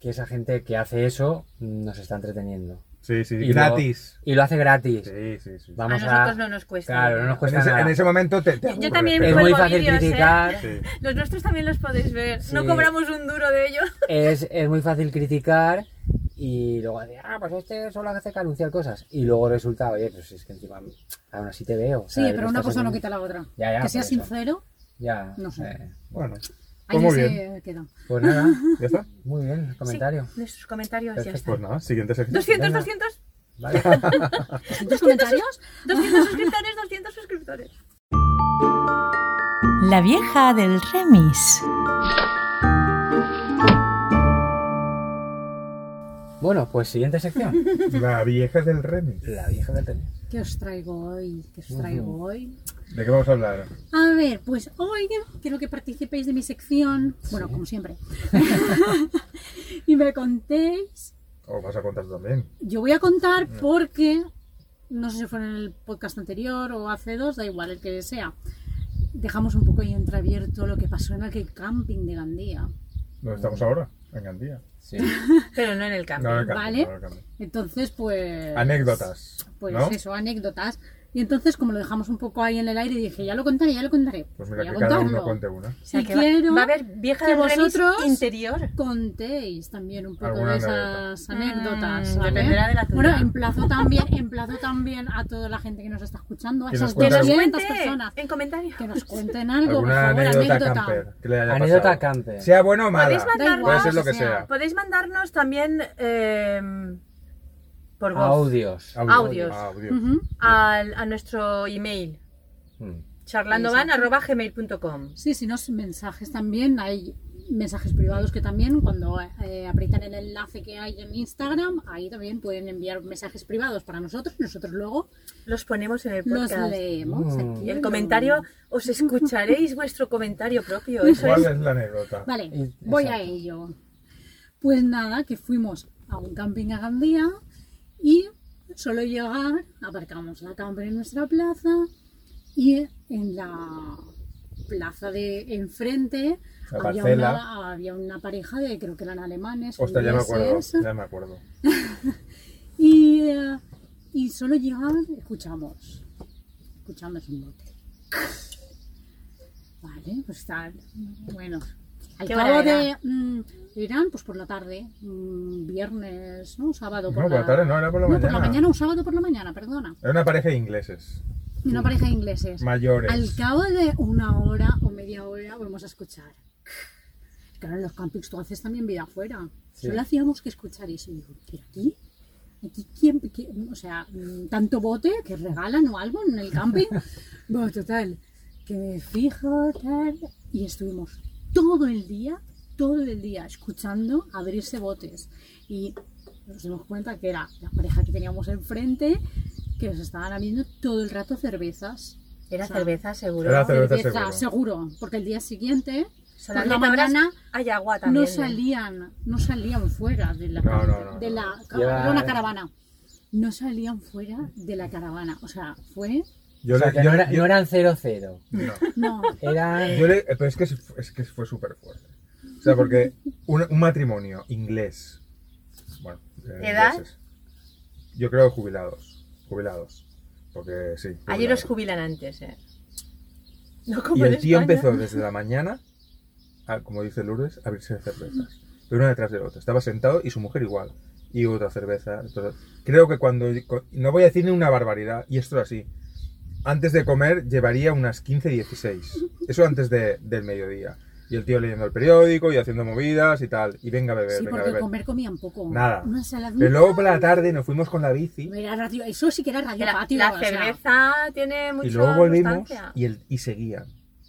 [SPEAKER 3] que esa gente que hace eso mm, nos está entreteniendo.
[SPEAKER 2] Sí, sí,
[SPEAKER 3] Y lo-
[SPEAKER 2] gratis.
[SPEAKER 3] Y lo hace gratis.
[SPEAKER 2] Sí, sí, sí.
[SPEAKER 1] A
[SPEAKER 3] Vamos a.
[SPEAKER 1] nosotros no nos cuesta.
[SPEAKER 3] Claro, no nos
[SPEAKER 2] En
[SPEAKER 3] cuesta
[SPEAKER 2] ese,
[SPEAKER 3] nada.
[SPEAKER 2] en ese momento te,
[SPEAKER 1] Yo-
[SPEAKER 2] te
[SPEAKER 1] yo
[SPEAKER 2] aburres,
[SPEAKER 1] también
[SPEAKER 2] pero-
[SPEAKER 3] Es muy
[SPEAKER 1] Cuelgo
[SPEAKER 3] fácil
[SPEAKER 1] vídeos, ¿eh?
[SPEAKER 3] criticar.
[SPEAKER 2] Sí.
[SPEAKER 1] Los nuestros también los podéis ver. No
[SPEAKER 3] Sí.
[SPEAKER 1] cobramos un duro de ellos.
[SPEAKER 3] es, es muy fácil criticar y luego decir, ah, pues este solo hace que anunciar cosas. Y luego resulta, oye, pues es que encima aún así te veo.
[SPEAKER 4] Sí,
[SPEAKER 3] ¿sabes?
[SPEAKER 4] pero
[SPEAKER 3] Lo
[SPEAKER 4] una
[SPEAKER 3] estás
[SPEAKER 4] cosa no
[SPEAKER 3] haciendo.
[SPEAKER 4] quita la otra.
[SPEAKER 3] Ya, ya,
[SPEAKER 4] que
[SPEAKER 3] por
[SPEAKER 4] seas
[SPEAKER 3] eso.
[SPEAKER 4] sincero,
[SPEAKER 3] Ya.
[SPEAKER 4] No sé.
[SPEAKER 3] eh,
[SPEAKER 2] Bueno,
[SPEAKER 4] ahí
[SPEAKER 2] pues muy
[SPEAKER 4] se
[SPEAKER 2] bien.
[SPEAKER 4] queda.
[SPEAKER 3] pues nada,
[SPEAKER 2] ¿Ya está?
[SPEAKER 3] muy bien, el comentario.
[SPEAKER 1] Sí, nuestros comentarios ya
[SPEAKER 3] Perfecto.
[SPEAKER 1] están.
[SPEAKER 2] Pues nada, siguiente sección.
[SPEAKER 1] 200,
[SPEAKER 3] Venga.
[SPEAKER 1] 200,
[SPEAKER 3] Vale.
[SPEAKER 4] ¿Tus comentarios?
[SPEAKER 1] 200 suscriptores, 200 suscriptores.
[SPEAKER 5] La vieja del remis.
[SPEAKER 3] bueno, pues siguiente sección.
[SPEAKER 2] La vieja del remix.
[SPEAKER 3] La vieja del tenis.
[SPEAKER 4] ¿Qué os traigo hoy? ¿Qué os traigo hoy?
[SPEAKER 2] ¿De qué vamos a hablar?
[SPEAKER 4] A ver, pues hoy quiero que participéis de mi sección, bueno, como siempre, y me contéis.
[SPEAKER 2] ¿O vas a contar tú también?
[SPEAKER 4] Yo voy a contar porque, no sé si fue en el podcast anterior o hace dos, da igual, el que sea. Dejamos un poco ahí entreabierto lo que pasó en aquel camping de Gandía.
[SPEAKER 2] ¿Dónde estamos ahora? En Gandía.
[SPEAKER 3] Sí.
[SPEAKER 1] Pero no en el campo.
[SPEAKER 2] No, en el campo,
[SPEAKER 4] Vale.
[SPEAKER 2] no, en el campo.
[SPEAKER 4] Entonces, pues...
[SPEAKER 2] Anécdotas.
[SPEAKER 4] Pues
[SPEAKER 2] ¿no?
[SPEAKER 4] eso, anécdotas. Y entonces, como lo dejamos un poco ahí en el aire, dije, ya lo contaré, ya lo contaré.
[SPEAKER 2] Pues mira,
[SPEAKER 4] Voy a
[SPEAKER 2] que cada uno
[SPEAKER 4] contarlo.
[SPEAKER 2] cuente una.
[SPEAKER 1] O sea,
[SPEAKER 4] Y
[SPEAKER 1] que va-
[SPEAKER 4] quiero
[SPEAKER 1] va, a haber vieja
[SPEAKER 4] que
[SPEAKER 1] del remis
[SPEAKER 4] vosotros-
[SPEAKER 1] interior.
[SPEAKER 4] contéis también un poco
[SPEAKER 2] Alguna
[SPEAKER 4] de esas anécdotas.
[SPEAKER 1] Mm,
[SPEAKER 4] ¿vale?
[SPEAKER 1] dependerá de la tuya.
[SPEAKER 4] Bueno, emplazo también, emplazo también a toda la gente que nos está escuchando, a
[SPEAKER 2] Que
[SPEAKER 4] esas
[SPEAKER 2] nos cuente
[SPEAKER 4] 200
[SPEAKER 1] Cuente
[SPEAKER 4] personas,
[SPEAKER 1] en comentarios.
[SPEAKER 4] que nos cuenten algo, por
[SPEAKER 2] Alguna
[SPEAKER 4] favor,
[SPEAKER 2] anécdota,
[SPEAKER 4] anécdota.
[SPEAKER 2] camper. Que le haya
[SPEAKER 3] Anécdota
[SPEAKER 2] pasado.
[SPEAKER 3] camper.
[SPEAKER 2] Sea buena o mala.
[SPEAKER 1] ¿Podéis mandar-
[SPEAKER 4] Da igual,
[SPEAKER 2] Puede ser lo que sea.
[SPEAKER 1] Podéis mandarnos también eh, por voz
[SPEAKER 3] Audios.
[SPEAKER 1] Audios.
[SPEAKER 2] Audio.
[SPEAKER 4] Ujú.
[SPEAKER 1] al- a nuestro email
[SPEAKER 3] Mm.
[SPEAKER 1] charlandovan.gmail.com
[SPEAKER 4] Sí, si no, mensajes también. Hay mensajes privados que también, cuando eh, aprietan el enlace que hay en Instagram, ahí también pueden enviar mensajes privados para nosotros. Nosotros luego
[SPEAKER 1] Los ponemos en el
[SPEAKER 4] los
[SPEAKER 1] podcast.
[SPEAKER 4] leemos.
[SPEAKER 3] Mm.
[SPEAKER 4] aquí.
[SPEAKER 1] Y el comentario, os escucharéis vuestro comentario propio. Eso
[SPEAKER 2] ¿Cuál
[SPEAKER 1] es.
[SPEAKER 2] es la anécdota?
[SPEAKER 4] Vale,
[SPEAKER 3] Y-
[SPEAKER 4] voy a
[SPEAKER 3] exacto.
[SPEAKER 4] ello. Pues nada, que fuimos a un camping a Gandía y solo llegar, aparcamos la camper en nuestra plaza y en la plaza de enfrente
[SPEAKER 2] La
[SPEAKER 4] había
[SPEAKER 2] parcela.
[SPEAKER 4] una, había una pareja de creo que eran alemanes
[SPEAKER 2] Hostia, ya me acuerdo.
[SPEAKER 4] ingleses,
[SPEAKER 2] Ya me acuerdo.
[SPEAKER 4] y, eh, y solo llegar escuchamos escuchamos un bote vale pues está bueno al
[SPEAKER 1] ¿Qué
[SPEAKER 4] cabo
[SPEAKER 1] hora
[SPEAKER 4] de
[SPEAKER 1] era?
[SPEAKER 4] mm, eran pues por la tarde mm, viernes no sábado
[SPEAKER 2] No,
[SPEAKER 4] por,
[SPEAKER 2] por la tarde no, era por la
[SPEAKER 4] por la
[SPEAKER 2] mañana.
[SPEAKER 4] mañana o sábado por la mañana perdona
[SPEAKER 2] Era una pareja de ingleses.
[SPEAKER 4] una pareja de ingleses
[SPEAKER 2] Mayores.
[SPEAKER 4] al cabo de una hora o media hora volvemos a escuchar. Claro, en los campings tú haces también vida afuera.
[SPEAKER 3] Sí.
[SPEAKER 4] Solo hacíamos que escuchar eso. Y digo, ¿pero aquí? ¿Aquí quién, quién- O sea, mm, tanto bote que regalan o algo en el camping. bueno, total, que me fijo, tal. Y estuvimos todo el día, todo el día escuchando abrirse botes. Y nos dimos cuenta que era la pareja que teníamos enfrente que nos estaban abriendo todo el rato cervezas.
[SPEAKER 1] Era
[SPEAKER 4] O sea,
[SPEAKER 1] cerveza, seguro.
[SPEAKER 2] Era cerveza.
[SPEAKER 4] Cerveza, seguro. porque el día siguiente
[SPEAKER 1] Solamente
[SPEAKER 4] Por la
[SPEAKER 1] ahora
[SPEAKER 4] mañana
[SPEAKER 1] hay agua también.
[SPEAKER 4] no salían, no salían fuera de la,
[SPEAKER 2] No, no, no,
[SPEAKER 4] de
[SPEAKER 2] no.
[SPEAKER 4] la
[SPEAKER 3] Ya.
[SPEAKER 4] era una caravana. No salían fuera de la caravana, o sea, fue
[SPEAKER 2] Yo
[SPEAKER 3] O sea,
[SPEAKER 2] le-
[SPEAKER 3] que
[SPEAKER 2] yo-
[SPEAKER 3] no, era-
[SPEAKER 2] yo-
[SPEAKER 3] no eran 0-0.
[SPEAKER 2] no.
[SPEAKER 4] no,
[SPEAKER 3] Eran.
[SPEAKER 2] Yo le- eh, pero es que, es es que fue súper fuerte. O sea, porque un, un matrimonio inglés. Bueno, eh,
[SPEAKER 1] ¿Edad?
[SPEAKER 2] ingleses. Yo creo jubilados. Jubilados. Porque sí.
[SPEAKER 1] Allí los
[SPEAKER 2] jubilados.
[SPEAKER 1] jubilan antes, ¿eh? No como
[SPEAKER 2] Y
[SPEAKER 1] en
[SPEAKER 2] el tío
[SPEAKER 1] España.
[SPEAKER 2] empezó desde la mañana, a- como dice Lourdes, a abrirse cervezas. Pero una detrás de la otra. Estaba sentado y su mujer igual. Y otra cerveza. Entonces, creo que cuando. co- No voy a decir ni una barbaridad, y esto es así. Antes de comer llevaría unas 15, 16. Eso antes de- del mediodía. Y el tío leyendo el periódico y haciendo movidas y tal. Y venga a beber,
[SPEAKER 4] sí,
[SPEAKER 2] venga a
[SPEAKER 4] porque
[SPEAKER 2] beber.
[SPEAKER 4] comer comían poco.
[SPEAKER 2] Nada.
[SPEAKER 4] Una ensaladita.
[SPEAKER 2] Pero luego por la tarde nos fuimos con la bici.
[SPEAKER 4] Era radio- eso sí que era radio
[SPEAKER 1] La,
[SPEAKER 4] patio,
[SPEAKER 1] la
[SPEAKER 4] o sea,
[SPEAKER 1] cerveza tiene mucha
[SPEAKER 2] Y luego volvimos
[SPEAKER 1] sustancia.
[SPEAKER 2] y, el, y seguían.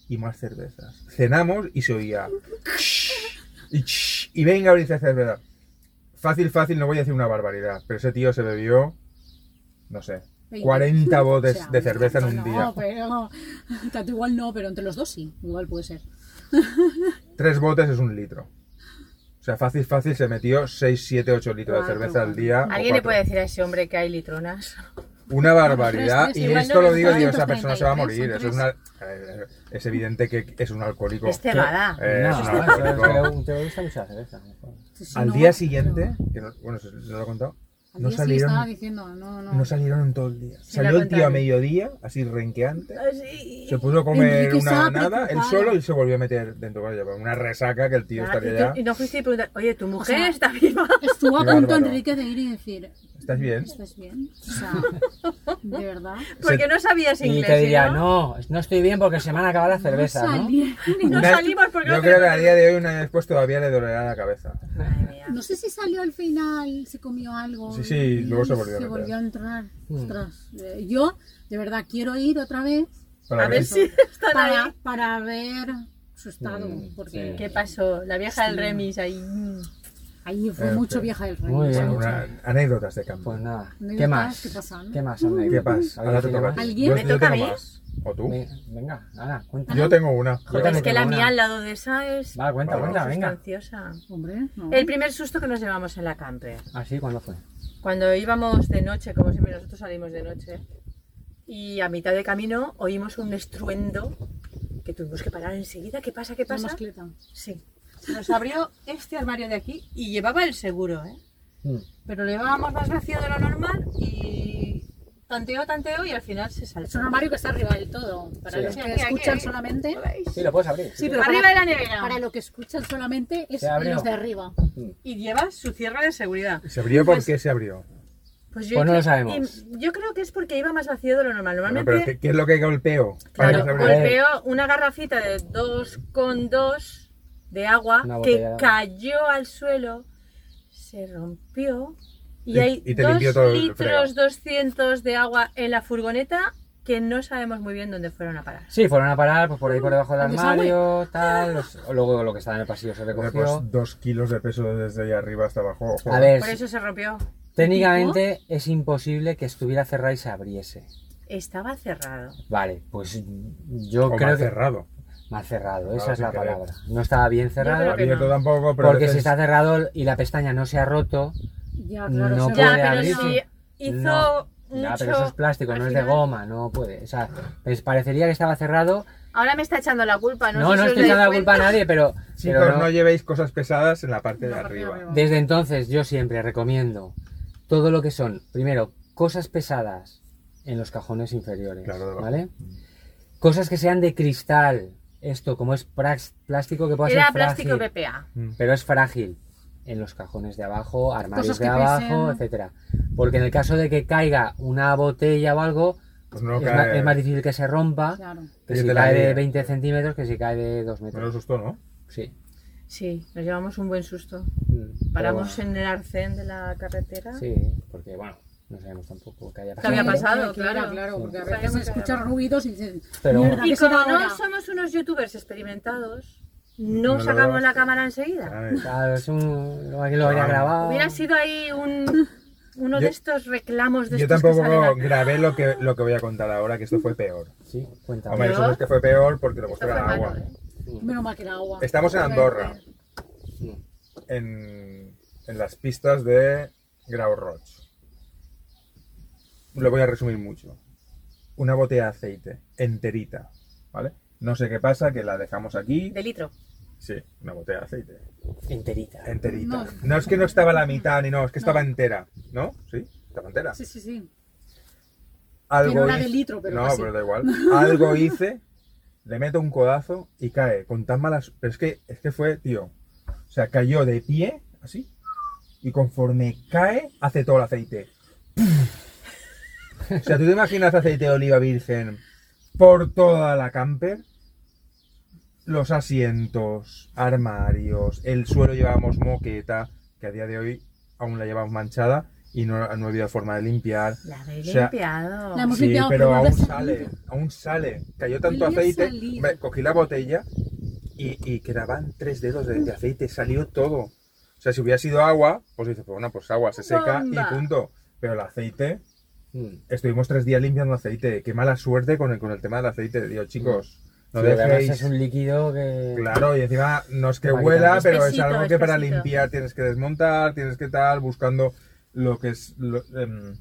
[SPEAKER 2] Y más cervezas. Cenamos y se oía. Y, y venga a abrirse cerveza. Fácil, fácil, no voy a decir una barbaridad. Pero ese tío se bebió, no sé, 40 botes
[SPEAKER 4] o sea,
[SPEAKER 2] de cerveza en un
[SPEAKER 4] tanto
[SPEAKER 2] día.
[SPEAKER 4] No, pero tanto igual no, pero entre los dos sí, igual puede ser.
[SPEAKER 2] Tres botes es un litro. O sea, fácil, fácil, se metió 6, 7, 8 litros de
[SPEAKER 4] Cuatro,
[SPEAKER 2] cerveza al
[SPEAKER 4] cuatro.
[SPEAKER 2] día. o
[SPEAKER 1] ¿Alguien le
[SPEAKER 2] cuatro.
[SPEAKER 1] puede decir a ese hombre que hay litronas?
[SPEAKER 2] Una barbaridad.
[SPEAKER 4] tres,
[SPEAKER 2] Y
[SPEAKER 4] igual
[SPEAKER 2] esto lo digo,
[SPEAKER 4] 933,
[SPEAKER 2] digo, esa persona se va a morir.
[SPEAKER 4] son
[SPEAKER 2] Eso es, una, eh, es evidente que es un alcohólico.
[SPEAKER 4] Este
[SPEAKER 1] Es cebada.
[SPEAKER 2] Eh,
[SPEAKER 3] no,
[SPEAKER 2] es un
[SPEAKER 3] eso es
[SPEAKER 2] alcohólico.
[SPEAKER 3] que te gusta mucho la cerveza. a lo mejor.
[SPEAKER 4] Si
[SPEAKER 2] Al
[SPEAKER 4] no,
[SPEAKER 2] día
[SPEAKER 4] no.
[SPEAKER 2] siguiente, que no- bueno, se- se lo he contado,
[SPEAKER 4] Al
[SPEAKER 2] no
[SPEAKER 4] día sí
[SPEAKER 2] salieron,
[SPEAKER 4] estaba diciendo, no, no.
[SPEAKER 2] no salieron en todo el día.
[SPEAKER 1] la
[SPEAKER 2] Salió el tío a
[SPEAKER 1] contaron.
[SPEAKER 2] mediodía, así renqueante,
[SPEAKER 1] Sí.
[SPEAKER 2] se puso a comer
[SPEAKER 4] Enrique
[SPEAKER 2] una
[SPEAKER 4] estaba
[SPEAKER 2] nada, él
[SPEAKER 4] preocupado.
[SPEAKER 2] solo, y se volvió a meter dentro. Vaya, una resaca que el tío estaría ya.
[SPEAKER 1] Ah, Y no fuiste y preguntar, oye, ¿tu mujer
[SPEAKER 4] sea,
[SPEAKER 1] está viva?
[SPEAKER 4] Estuvo a
[SPEAKER 2] Qué
[SPEAKER 4] punto
[SPEAKER 2] bárbaro.
[SPEAKER 4] Enrique de ir y decir,
[SPEAKER 2] ¿Estás bien?
[SPEAKER 4] ¿estás bien? O sea, de verdad.
[SPEAKER 1] Porque no sabías
[SPEAKER 3] Y
[SPEAKER 1] inglés.
[SPEAKER 3] te diría,
[SPEAKER 1] ¿sí,
[SPEAKER 3] no, no estoy bien porque se me han acabado las cervezas,
[SPEAKER 4] no
[SPEAKER 3] ¿no?
[SPEAKER 4] salieron.
[SPEAKER 1] Y no
[SPEAKER 2] Una-
[SPEAKER 1] salimos porque
[SPEAKER 2] Yo
[SPEAKER 1] no
[SPEAKER 2] creo que a
[SPEAKER 1] tenemos-
[SPEAKER 2] día de hoy, un año después, todavía le dolerá la cabeza.
[SPEAKER 1] Madre mía.
[SPEAKER 4] No sé si salió al final, se comió algo.
[SPEAKER 2] Sí, sí, luego se volvió a meter.
[SPEAKER 4] volvió a entrar.
[SPEAKER 3] Hmm.
[SPEAKER 4] Ostras, eh, yo de verdad quiero ir otra vez
[SPEAKER 2] Para
[SPEAKER 1] A ver
[SPEAKER 2] mí.
[SPEAKER 1] si están
[SPEAKER 4] para,
[SPEAKER 1] ahí.
[SPEAKER 4] para ver su estado.
[SPEAKER 3] Mm,
[SPEAKER 4] porque
[SPEAKER 3] sí.
[SPEAKER 1] ¿Qué pasó? La vieja del remis ahí. mm.
[SPEAKER 4] ahí fue
[SPEAKER 2] Eh,
[SPEAKER 4] mucho
[SPEAKER 2] sí.
[SPEAKER 4] vieja del rey.
[SPEAKER 3] Muy bien.
[SPEAKER 2] Bueno, una- anécdotas de campo.
[SPEAKER 3] Pues nada,
[SPEAKER 4] No
[SPEAKER 3] ¿qué
[SPEAKER 4] digas
[SPEAKER 3] más?
[SPEAKER 4] qué pasa, ¿no?
[SPEAKER 3] ¿Qué más, Ana?
[SPEAKER 2] ¿Qué pasa? Ahora te
[SPEAKER 3] ¿Alguien
[SPEAKER 2] toca.
[SPEAKER 3] más?
[SPEAKER 4] ¿Alguien?
[SPEAKER 2] Yo-
[SPEAKER 1] ¿Me
[SPEAKER 2] yo
[SPEAKER 1] toca a
[SPEAKER 2] tengo
[SPEAKER 1] mí?
[SPEAKER 2] más. ¿O tú?
[SPEAKER 3] Ve- Venga, Ana, cuenta.
[SPEAKER 2] Yo tengo una.
[SPEAKER 3] Joder,
[SPEAKER 2] Yo-
[SPEAKER 1] Es que la
[SPEAKER 3] una.
[SPEAKER 1] mía al lado de esa es.
[SPEAKER 3] Va, cuenta,
[SPEAKER 2] Vale.
[SPEAKER 3] cuenta, venga.
[SPEAKER 1] sustanciosa.
[SPEAKER 4] Hombre, no.
[SPEAKER 1] El primer susto que nos llevamos en la camper.
[SPEAKER 3] Así, ¿cuándo fue?
[SPEAKER 1] Cuando íbamos de noche, como siempre nosotros salimos de noche, y a mitad de camino oímos un estruendo que tuvimos que parar enseguida. ¿Qué pasa? ¿Qué
[SPEAKER 4] La
[SPEAKER 1] pasa?
[SPEAKER 4] mascleta.
[SPEAKER 1] Sí. Nos abrió este armario de aquí y llevaba el seguro, ¿eh?
[SPEAKER 3] Mm.
[SPEAKER 1] Pero lo llevábamos más vacío de lo normal y tanteo, tanteo y al final se saltó.
[SPEAKER 4] Es un armario que está arriba del todo. Para
[SPEAKER 3] Sí.
[SPEAKER 4] los que
[SPEAKER 1] Aquí, aquí,
[SPEAKER 4] escuchan
[SPEAKER 1] aquí.
[SPEAKER 4] solamente.
[SPEAKER 3] Sí, lo puedes abrir.
[SPEAKER 4] Sí, pero
[SPEAKER 1] Arriba
[SPEAKER 4] para,
[SPEAKER 1] de la nevera.
[SPEAKER 4] para lo que escuchan solamente es
[SPEAKER 3] Se abrió.
[SPEAKER 4] los de arriba.
[SPEAKER 3] Mm.
[SPEAKER 1] Y lleva su cierre de seguridad.
[SPEAKER 2] ¿Se abrió? ¿Por qué se abrió?
[SPEAKER 1] Pues, yo
[SPEAKER 3] Pues no
[SPEAKER 1] creo-
[SPEAKER 3] lo sabemos.
[SPEAKER 1] y Yo creo que es porque iba más vacío de lo normal.
[SPEAKER 2] Bueno,
[SPEAKER 1] Normalmente
[SPEAKER 2] pero ¿qué, qué es lo que golpeo? Para
[SPEAKER 1] Claro, pues,
[SPEAKER 2] que se abriera.
[SPEAKER 1] golpeó una garrafita de 2,2 de agua
[SPEAKER 3] Una
[SPEAKER 1] que
[SPEAKER 3] botella.
[SPEAKER 1] cayó al suelo, se rompió y
[SPEAKER 2] Y-
[SPEAKER 1] hay
[SPEAKER 2] y te
[SPEAKER 1] 2
[SPEAKER 2] limpió todo el
[SPEAKER 1] litros 200 de agua en la furgoneta que no sabemos muy bien dónde fueron a parar.
[SPEAKER 3] Sí, fueron a parar pues, por ahí por debajo del
[SPEAKER 4] Al desagüe.
[SPEAKER 3] armario, tal. los- luego lo que estaba en el pasillo se
[SPEAKER 2] Joder,
[SPEAKER 3] recogió.
[SPEAKER 2] pues dos kilos de peso desde ahí arriba hasta abajo. Ojo.
[SPEAKER 3] A ver,
[SPEAKER 1] Por eso se rompió.
[SPEAKER 3] técnicamente es imposible que estuviera cerrada y se abriese.
[SPEAKER 1] Estaba cerrado.
[SPEAKER 3] Vale, pues yo
[SPEAKER 2] O
[SPEAKER 3] creo
[SPEAKER 2] mal
[SPEAKER 3] que.
[SPEAKER 2] cerrado.
[SPEAKER 3] Mal cerrado,
[SPEAKER 2] Cerrado
[SPEAKER 3] esa es
[SPEAKER 2] sin
[SPEAKER 3] la
[SPEAKER 2] querer.
[SPEAKER 3] palabra. No estaba bien cerrado.
[SPEAKER 1] creo que
[SPEAKER 2] Abierto
[SPEAKER 1] no.
[SPEAKER 2] tampoco, pero. a
[SPEAKER 3] Porque si
[SPEAKER 2] veces-
[SPEAKER 3] está cerrado y la pestaña no se ha roto,
[SPEAKER 4] Ya, claro,
[SPEAKER 3] No
[SPEAKER 4] se
[SPEAKER 1] Ya,
[SPEAKER 3] puede
[SPEAKER 1] pero
[SPEAKER 3] abrirse.
[SPEAKER 1] si hizo
[SPEAKER 3] No.
[SPEAKER 1] mucho...
[SPEAKER 3] ya, pero eso es plástico,
[SPEAKER 1] al
[SPEAKER 3] no es de
[SPEAKER 1] final-
[SPEAKER 3] goma, no puede. O sea, pues parecería que estaba cerrado.
[SPEAKER 1] Ahora me está echando la culpa, Ah, no,
[SPEAKER 3] No, no,
[SPEAKER 1] sé si os
[SPEAKER 3] estoy
[SPEAKER 1] dais
[SPEAKER 3] echando la
[SPEAKER 1] cuenta.
[SPEAKER 3] culpa a nadie, pero, pero
[SPEAKER 2] Chicos, no...
[SPEAKER 3] no.
[SPEAKER 2] llevéis cosas pesadas en la parte de
[SPEAKER 4] La parte de
[SPEAKER 2] arriba.
[SPEAKER 4] arriba.
[SPEAKER 3] desde entonces yo siempre recomiendo todo lo que son, primero, cosas pesadas en los cajones inferiores,
[SPEAKER 2] Claro, debajo.
[SPEAKER 3] ¿vale? Cosas que sean de cristal, esto como es prax- plástico que puede
[SPEAKER 1] Era
[SPEAKER 3] ser
[SPEAKER 1] plástico
[SPEAKER 3] frágil,
[SPEAKER 1] BPA.
[SPEAKER 3] pero es frágil en los cajones de abajo, armarios
[SPEAKER 4] Cosas que
[SPEAKER 3] de abajo,
[SPEAKER 4] pesen.
[SPEAKER 3] etcétera. Porque en el caso de que caiga una botella o algo,
[SPEAKER 2] Pues no
[SPEAKER 3] es,
[SPEAKER 2] cae.
[SPEAKER 3] ma- es más difícil que se rompa
[SPEAKER 4] Claro.
[SPEAKER 3] que
[SPEAKER 2] Y
[SPEAKER 3] si
[SPEAKER 2] de la
[SPEAKER 3] cae de
[SPEAKER 2] línea.
[SPEAKER 3] 20 centímetros que si cae de 2
[SPEAKER 2] Me lo
[SPEAKER 3] metros.
[SPEAKER 2] asustó, ¿no?
[SPEAKER 3] Sí.
[SPEAKER 1] Sí, nos llevamos un buen susto.
[SPEAKER 3] Mm,
[SPEAKER 1] Paramos
[SPEAKER 3] pero
[SPEAKER 1] en el arcén de la carretera.
[SPEAKER 3] bueno, Sí, porque bueno, no sabemos tampoco qué haya
[SPEAKER 1] ¿Qué había
[SPEAKER 3] pasado.
[SPEAKER 1] pasado? claro.
[SPEAKER 4] claro, porque a
[SPEAKER 1] Sí.
[SPEAKER 4] veces
[SPEAKER 1] Sabíamos que
[SPEAKER 4] escuchas ruidos y dices,
[SPEAKER 3] Pero
[SPEAKER 4] mierda,
[SPEAKER 1] Y
[SPEAKER 4] ¿qué será
[SPEAKER 1] como no
[SPEAKER 4] ahora?
[SPEAKER 1] somos unos youtubers experimentados, no
[SPEAKER 2] No lo
[SPEAKER 1] sacamos
[SPEAKER 2] grabaste.
[SPEAKER 1] la cámara enseguida.
[SPEAKER 2] Ay,
[SPEAKER 3] Claro, es un... lo- aquí lo habría
[SPEAKER 2] Ah.
[SPEAKER 3] grabado.
[SPEAKER 1] Hubiera sido ahí un, uno de
[SPEAKER 2] Yo-
[SPEAKER 1] estos reclamos de
[SPEAKER 2] Yo
[SPEAKER 1] estos que
[SPEAKER 2] tampoco
[SPEAKER 1] salen a-
[SPEAKER 2] grabé lo que, lo que voy a contar ahora, que esto fue peor.
[SPEAKER 3] Sí, cuéntame.
[SPEAKER 2] Hombre, eso no es que fue peor porque lo
[SPEAKER 1] Esto
[SPEAKER 2] mostré
[SPEAKER 1] fue
[SPEAKER 2] en
[SPEAKER 1] malo,
[SPEAKER 2] agua.
[SPEAKER 1] ¿eh?
[SPEAKER 4] menos mal que era agua.
[SPEAKER 2] Estamos en Andorra,
[SPEAKER 3] Sí.
[SPEAKER 2] en, en las pistas de Grau Roch. Lo voy a resumir mucho. Una botella de aceite enterita, ¿vale? No sé qué pasa, que la dejamos aquí.
[SPEAKER 1] De litro.
[SPEAKER 2] Sí, una botella de aceite.
[SPEAKER 3] Enterita.
[SPEAKER 2] Enterita.
[SPEAKER 4] No.
[SPEAKER 2] No es que no estaba la mitad ni no, es que estaba entera. ¿No? Sí, estaba entera.
[SPEAKER 4] Sí, sí, sí.
[SPEAKER 2] Algo
[SPEAKER 4] Tiene una de
[SPEAKER 2] hice-
[SPEAKER 4] litro, pero
[SPEAKER 2] No,
[SPEAKER 4] casi.
[SPEAKER 2] pero da igual. Algo hice, le meto un codazo y cae con tan malas. Pero es que, es que fue, tío. O sea, cayó de pie, así. Y conforme cae, hace todo el aceite. O sea, ¿tú te imaginas aceite de oliva virgen por toda la camper? Los asientos, armarios, el suelo llevábamos moqueta, que a día de hoy aún la llevamos manchada y no, no ha habido forma de limpiar.
[SPEAKER 1] La habéis
[SPEAKER 2] O sea,
[SPEAKER 1] limpiado.
[SPEAKER 4] la hemos
[SPEAKER 2] Sí,
[SPEAKER 4] limpiado,
[SPEAKER 2] pero
[SPEAKER 4] pero
[SPEAKER 2] aún
[SPEAKER 4] ahora se
[SPEAKER 2] sale,
[SPEAKER 4] limpia.
[SPEAKER 2] aún sale. Cayó tanto
[SPEAKER 4] Volvió a
[SPEAKER 2] aceite.
[SPEAKER 4] salir.
[SPEAKER 2] hombre, cogí la botella y, y quedaban tres dedos de, de aceite, salió todo. O sea, si hubiera sido agua, pues dices, pues bueno, pues agua, se seca
[SPEAKER 1] Bomba.
[SPEAKER 2] y punto. Pero el aceite,
[SPEAKER 3] Mm.
[SPEAKER 2] estuvimos tres días limpiando aceite. Qué mala suerte con el, con el tema del aceite. Digo, chicos, No
[SPEAKER 3] Mm. Sí, además
[SPEAKER 2] dejéis.
[SPEAKER 3] es un líquido que...
[SPEAKER 2] Claro, y encima no es que
[SPEAKER 3] Para
[SPEAKER 2] huela,
[SPEAKER 3] quitar-
[SPEAKER 2] pero es
[SPEAKER 1] Espesito,
[SPEAKER 2] algo que para
[SPEAKER 1] espesito.
[SPEAKER 2] limpiar tienes que desmontar, tienes que tal, buscando lo que es lo- em,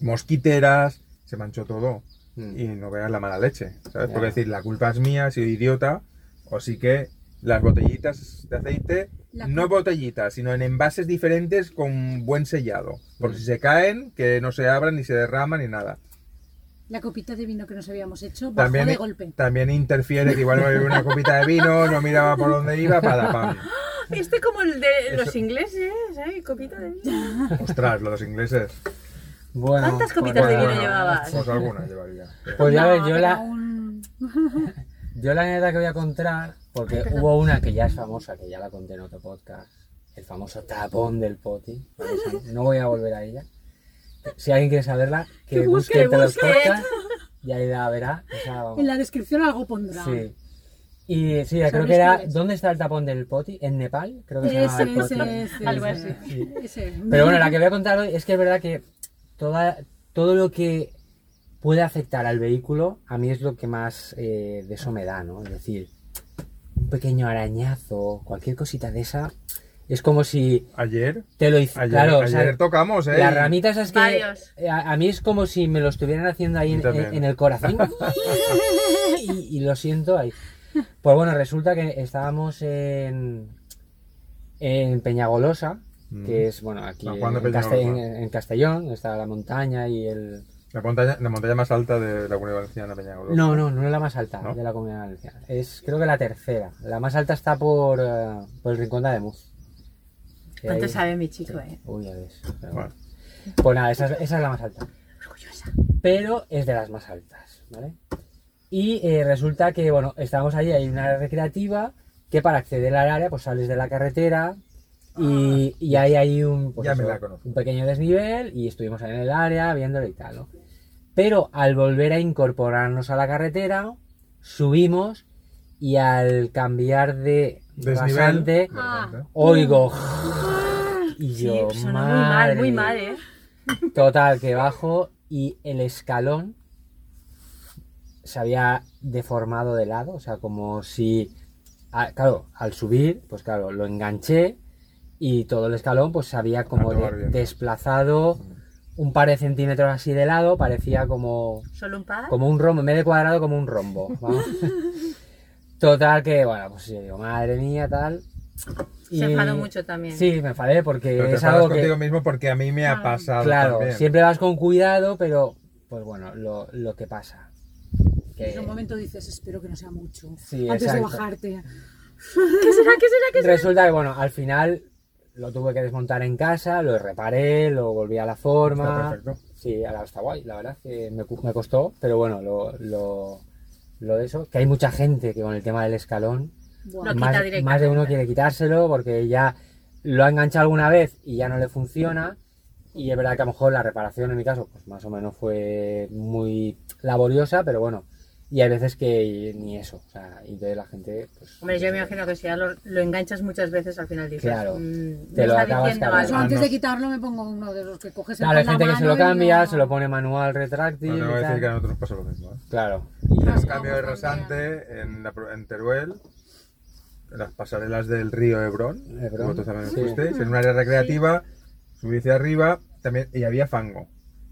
[SPEAKER 2] mosquiteras, se manchó todo.
[SPEAKER 3] Mm.
[SPEAKER 2] Y no veas la mala leche, ¿sabes?
[SPEAKER 3] Ya.
[SPEAKER 2] Porque decir, la culpa es mía, he sido idiota, o sí que las botellitas de aceite,
[SPEAKER 4] La
[SPEAKER 2] no botellitas, sino en envases diferentes con buen sellado.
[SPEAKER 3] Mm.
[SPEAKER 2] Porque si se caen, que no se abran, ni se derraman, ni nada.
[SPEAKER 4] La copita de vino que nos habíamos hecho bajó
[SPEAKER 2] También,
[SPEAKER 4] de golpe.
[SPEAKER 2] también interfiere que igual me bebí una copita de vino, no miraba por dónde iba, para pam.
[SPEAKER 1] Este como el de los
[SPEAKER 2] Eso-
[SPEAKER 1] ingleses, ¿eh? Copita de vino.
[SPEAKER 2] Ostras, lo de los ingleses.
[SPEAKER 3] Bueno,
[SPEAKER 1] ¿Cuántas
[SPEAKER 3] pues
[SPEAKER 1] copitas de
[SPEAKER 3] nada.
[SPEAKER 1] vino llevabas?
[SPEAKER 2] Pues alguna llevaría.
[SPEAKER 3] Pues ya
[SPEAKER 4] No,
[SPEAKER 3] ves, yo
[SPEAKER 4] pero
[SPEAKER 3] la,
[SPEAKER 4] un-
[SPEAKER 3] yo la anécdota que voy a contar, porque hubo una que ya es famosa, que ya la conté en otro podcast, el famoso tapón del poti, ¿vale? no voy a volver a ella. Si alguien quiere saberla, que,
[SPEAKER 4] Que busque,
[SPEAKER 3] busque entre los
[SPEAKER 4] busque.
[SPEAKER 3] podcasts y ahí la verá. esa, vamos.
[SPEAKER 4] En la descripción algo pondrá.
[SPEAKER 3] Sí. Y sí,
[SPEAKER 4] Son
[SPEAKER 3] creo que era.
[SPEAKER 4] historias.
[SPEAKER 3] ¿Dónde está el tapón del poti? ¿En Nepal? Creo que se llamaba
[SPEAKER 4] Ese,
[SPEAKER 3] el poti.
[SPEAKER 4] ese, ese,
[SPEAKER 1] Algo
[SPEAKER 4] ese.
[SPEAKER 1] así.
[SPEAKER 3] Sí.
[SPEAKER 4] Ese.
[SPEAKER 3] Pero bueno, la que voy a contar hoy es que es verdad que toda, todo lo que puede afectar al vehículo, a mí es lo que más eh, de eso me da, ¿no? Es decir, un pequeño arañazo, cualquier cosita de esa, es como si
[SPEAKER 2] Ayer,
[SPEAKER 3] te lo hicieran.
[SPEAKER 2] ayer,
[SPEAKER 3] Claro, o sea,
[SPEAKER 2] ayer tocamos, ¿eh?
[SPEAKER 3] las ramitas es que
[SPEAKER 1] Varios.
[SPEAKER 3] eh, a, a mí es como si me lo estuvieran haciendo ahí
[SPEAKER 2] Yo
[SPEAKER 3] en,
[SPEAKER 2] también.
[SPEAKER 3] en- en el corazón. y, y lo siento ahí. Pues bueno, resulta que estábamos en, en Peñagolosa,
[SPEAKER 2] Mm.
[SPEAKER 3] que es, bueno, aquí
[SPEAKER 2] San
[SPEAKER 3] en,
[SPEAKER 2] Juan de
[SPEAKER 3] Casta- en-
[SPEAKER 2] Peñagolosa.
[SPEAKER 3] en Castellón, está la montaña y el...
[SPEAKER 2] La, montaña, la montaña más alta de la Comunidad Valenciana, Peñagolosa.
[SPEAKER 3] No, no, no es la más alta
[SPEAKER 2] ¿No?
[SPEAKER 3] de la Comunidad Valenciana. Es creo que la tercera. La más alta está por, eh, por el Rincón de Ademuz. Que
[SPEAKER 1] ¿Cuánto
[SPEAKER 3] ahí-
[SPEAKER 1] sabe mi chico, eh?
[SPEAKER 3] Uy, ya ves.
[SPEAKER 2] Bueno.
[SPEAKER 3] Pero bueno. Pues nada, esa, es- esa es la más alta.
[SPEAKER 1] Orgullosa.
[SPEAKER 3] pero es de las más altas, ¿vale? Y eh, resulta que, bueno, estábamos allí, hay una área recreativa que para acceder al área, pues sales de la carretera
[SPEAKER 1] Ah.
[SPEAKER 3] y, y ahí hay un, pues,
[SPEAKER 2] Ya me la conozco.
[SPEAKER 3] un pequeño desnivel y estuvimos ahí en el área viéndolo y tal, ¿no? Pero al volver a incorporarnos a la carretera, subimos y al cambiar de
[SPEAKER 2] Desnivel.
[SPEAKER 3] rasante,
[SPEAKER 4] Ah.
[SPEAKER 2] Bastante.
[SPEAKER 3] oigo... Y
[SPEAKER 1] Mm. Sí,
[SPEAKER 3] yo,
[SPEAKER 1] sonó muy mal, muy
[SPEAKER 3] madre
[SPEAKER 1] mal, ¿eh?
[SPEAKER 3] Total, que bajo y el escalón se había deformado de lado, o sea, como si, ah, claro, al subir, pues claro, lo enganché y todo el escalón pues se había como
[SPEAKER 2] tomar
[SPEAKER 3] de-
[SPEAKER 2] viento.
[SPEAKER 3] desplazado
[SPEAKER 2] Mm.
[SPEAKER 3] un par de centímetros así de lado, parecía como,
[SPEAKER 1] Solo un par.
[SPEAKER 3] como un rombo, en vez de cuadrado como un rombo. vamos. Total, que bueno, pues yo digo, madre mía, tal.
[SPEAKER 1] Se enfadó mucho también.
[SPEAKER 3] Sí, me enfadé porque
[SPEAKER 2] Pero te
[SPEAKER 3] es algo
[SPEAKER 2] enfadas
[SPEAKER 3] que...
[SPEAKER 2] contigo mismo porque a mí me
[SPEAKER 1] Ah.
[SPEAKER 2] ha pasado
[SPEAKER 3] Claro,
[SPEAKER 2] también.
[SPEAKER 3] siempre vas con cuidado, pero pues bueno, lo, lo que pasa. Que-
[SPEAKER 4] En un momento dices, espero que no sea mucho.
[SPEAKER 3] Sí,
[SPEAKER 4] antes
[SPEAKER 3] exacto.
[SPEAKER 4] de bajarte.
[SPEAKER 1] ¿Qué será, qué será, qué será?
[SPEAKER 3] Resulta que bueno, al final lo tuve que desmontar en casa, lo reparé, lo volví a la
[SPEAKER 2] Está
[SPEAKER 3] forma.
[SPEAKER 2] perfecto.
[SPEAKER 3] Sí, ahora está guay, la verdad que me, cu- me costó, pero bueno, lo, lo, lo de eso, que hay mucha gente que con el tema del escalón,
[SPEAKER 4] Buah.
[SPEAKER 1] No, quita
[SPEAKER 3] más,
[SPEAKER 1] directamente.
[SPEAKER 3] más de uno quiere quitárselo porque ya lo ha enganchado alguna vez y ya no le funciona. Y es verdad que a lo mejor la reparación en mi caso, pues más o menos fue muy laboriosa, pero bueno. Y hay veces que ni eso. O sea, y entonces la gente, pues.
[SPEAKER 1] Hombre, yo me imagino que si ya lo, lo enganchas muchas veces al final dices.
[SPEAKER 3] Claro.
[SPEAKER 1] mm,
[SPEAKER 3] Te
[SPEAKER 1] me
[SPEAKER 3] lo
[SPEAKER 1] está diciendo
[SPEAKER 3] acabas cargando.
[SPEAKER 4] Yo
[SPEAKER 1] algo.
[SPEAKER 4] antes
[SPEAKER 2] no.
[SPEAKER 4] de quitarlo me pongo uno de los que coges
[SPEAKER 3] Claro, hay
[SPEAKER 4] con la
[SPEAKER 3] gente que se lo
[SPEAKER 4] mano y
[SPEAKER 3] cambia,
[SPEAKER 4] no-
[SPEAKER 3] se lo pone manual
[SPEAKER 2] No
[SPEAKER 3] retráctil.
[SPEAKER 2] te voy
[SPEAKER 3] y
[SPEAKER 2] a decir
[SPEAKER 3] tal.
[SPEAKER 2] que a nosotros nos pasó lo mismo. ¿eh?
[SPEAKER 3] Claro.
[SPEAKER 2] Hice un
[SPEAKER 4] Nos
[SPEAKER 2] cambio de
[SPEAKER 4] vamos también.
[SPEAKER 2] rasante en, la pro- en Teruel, en las pasarelas del río Hebrón.
[SPEAKER 3] Hebrón,
[SPEAKER 2] Vosotros también
[SPEAKER 3] sí.
[SPEAKER 2] fuisteis, en un área recreativa, subí hacia arriba también, y había fango.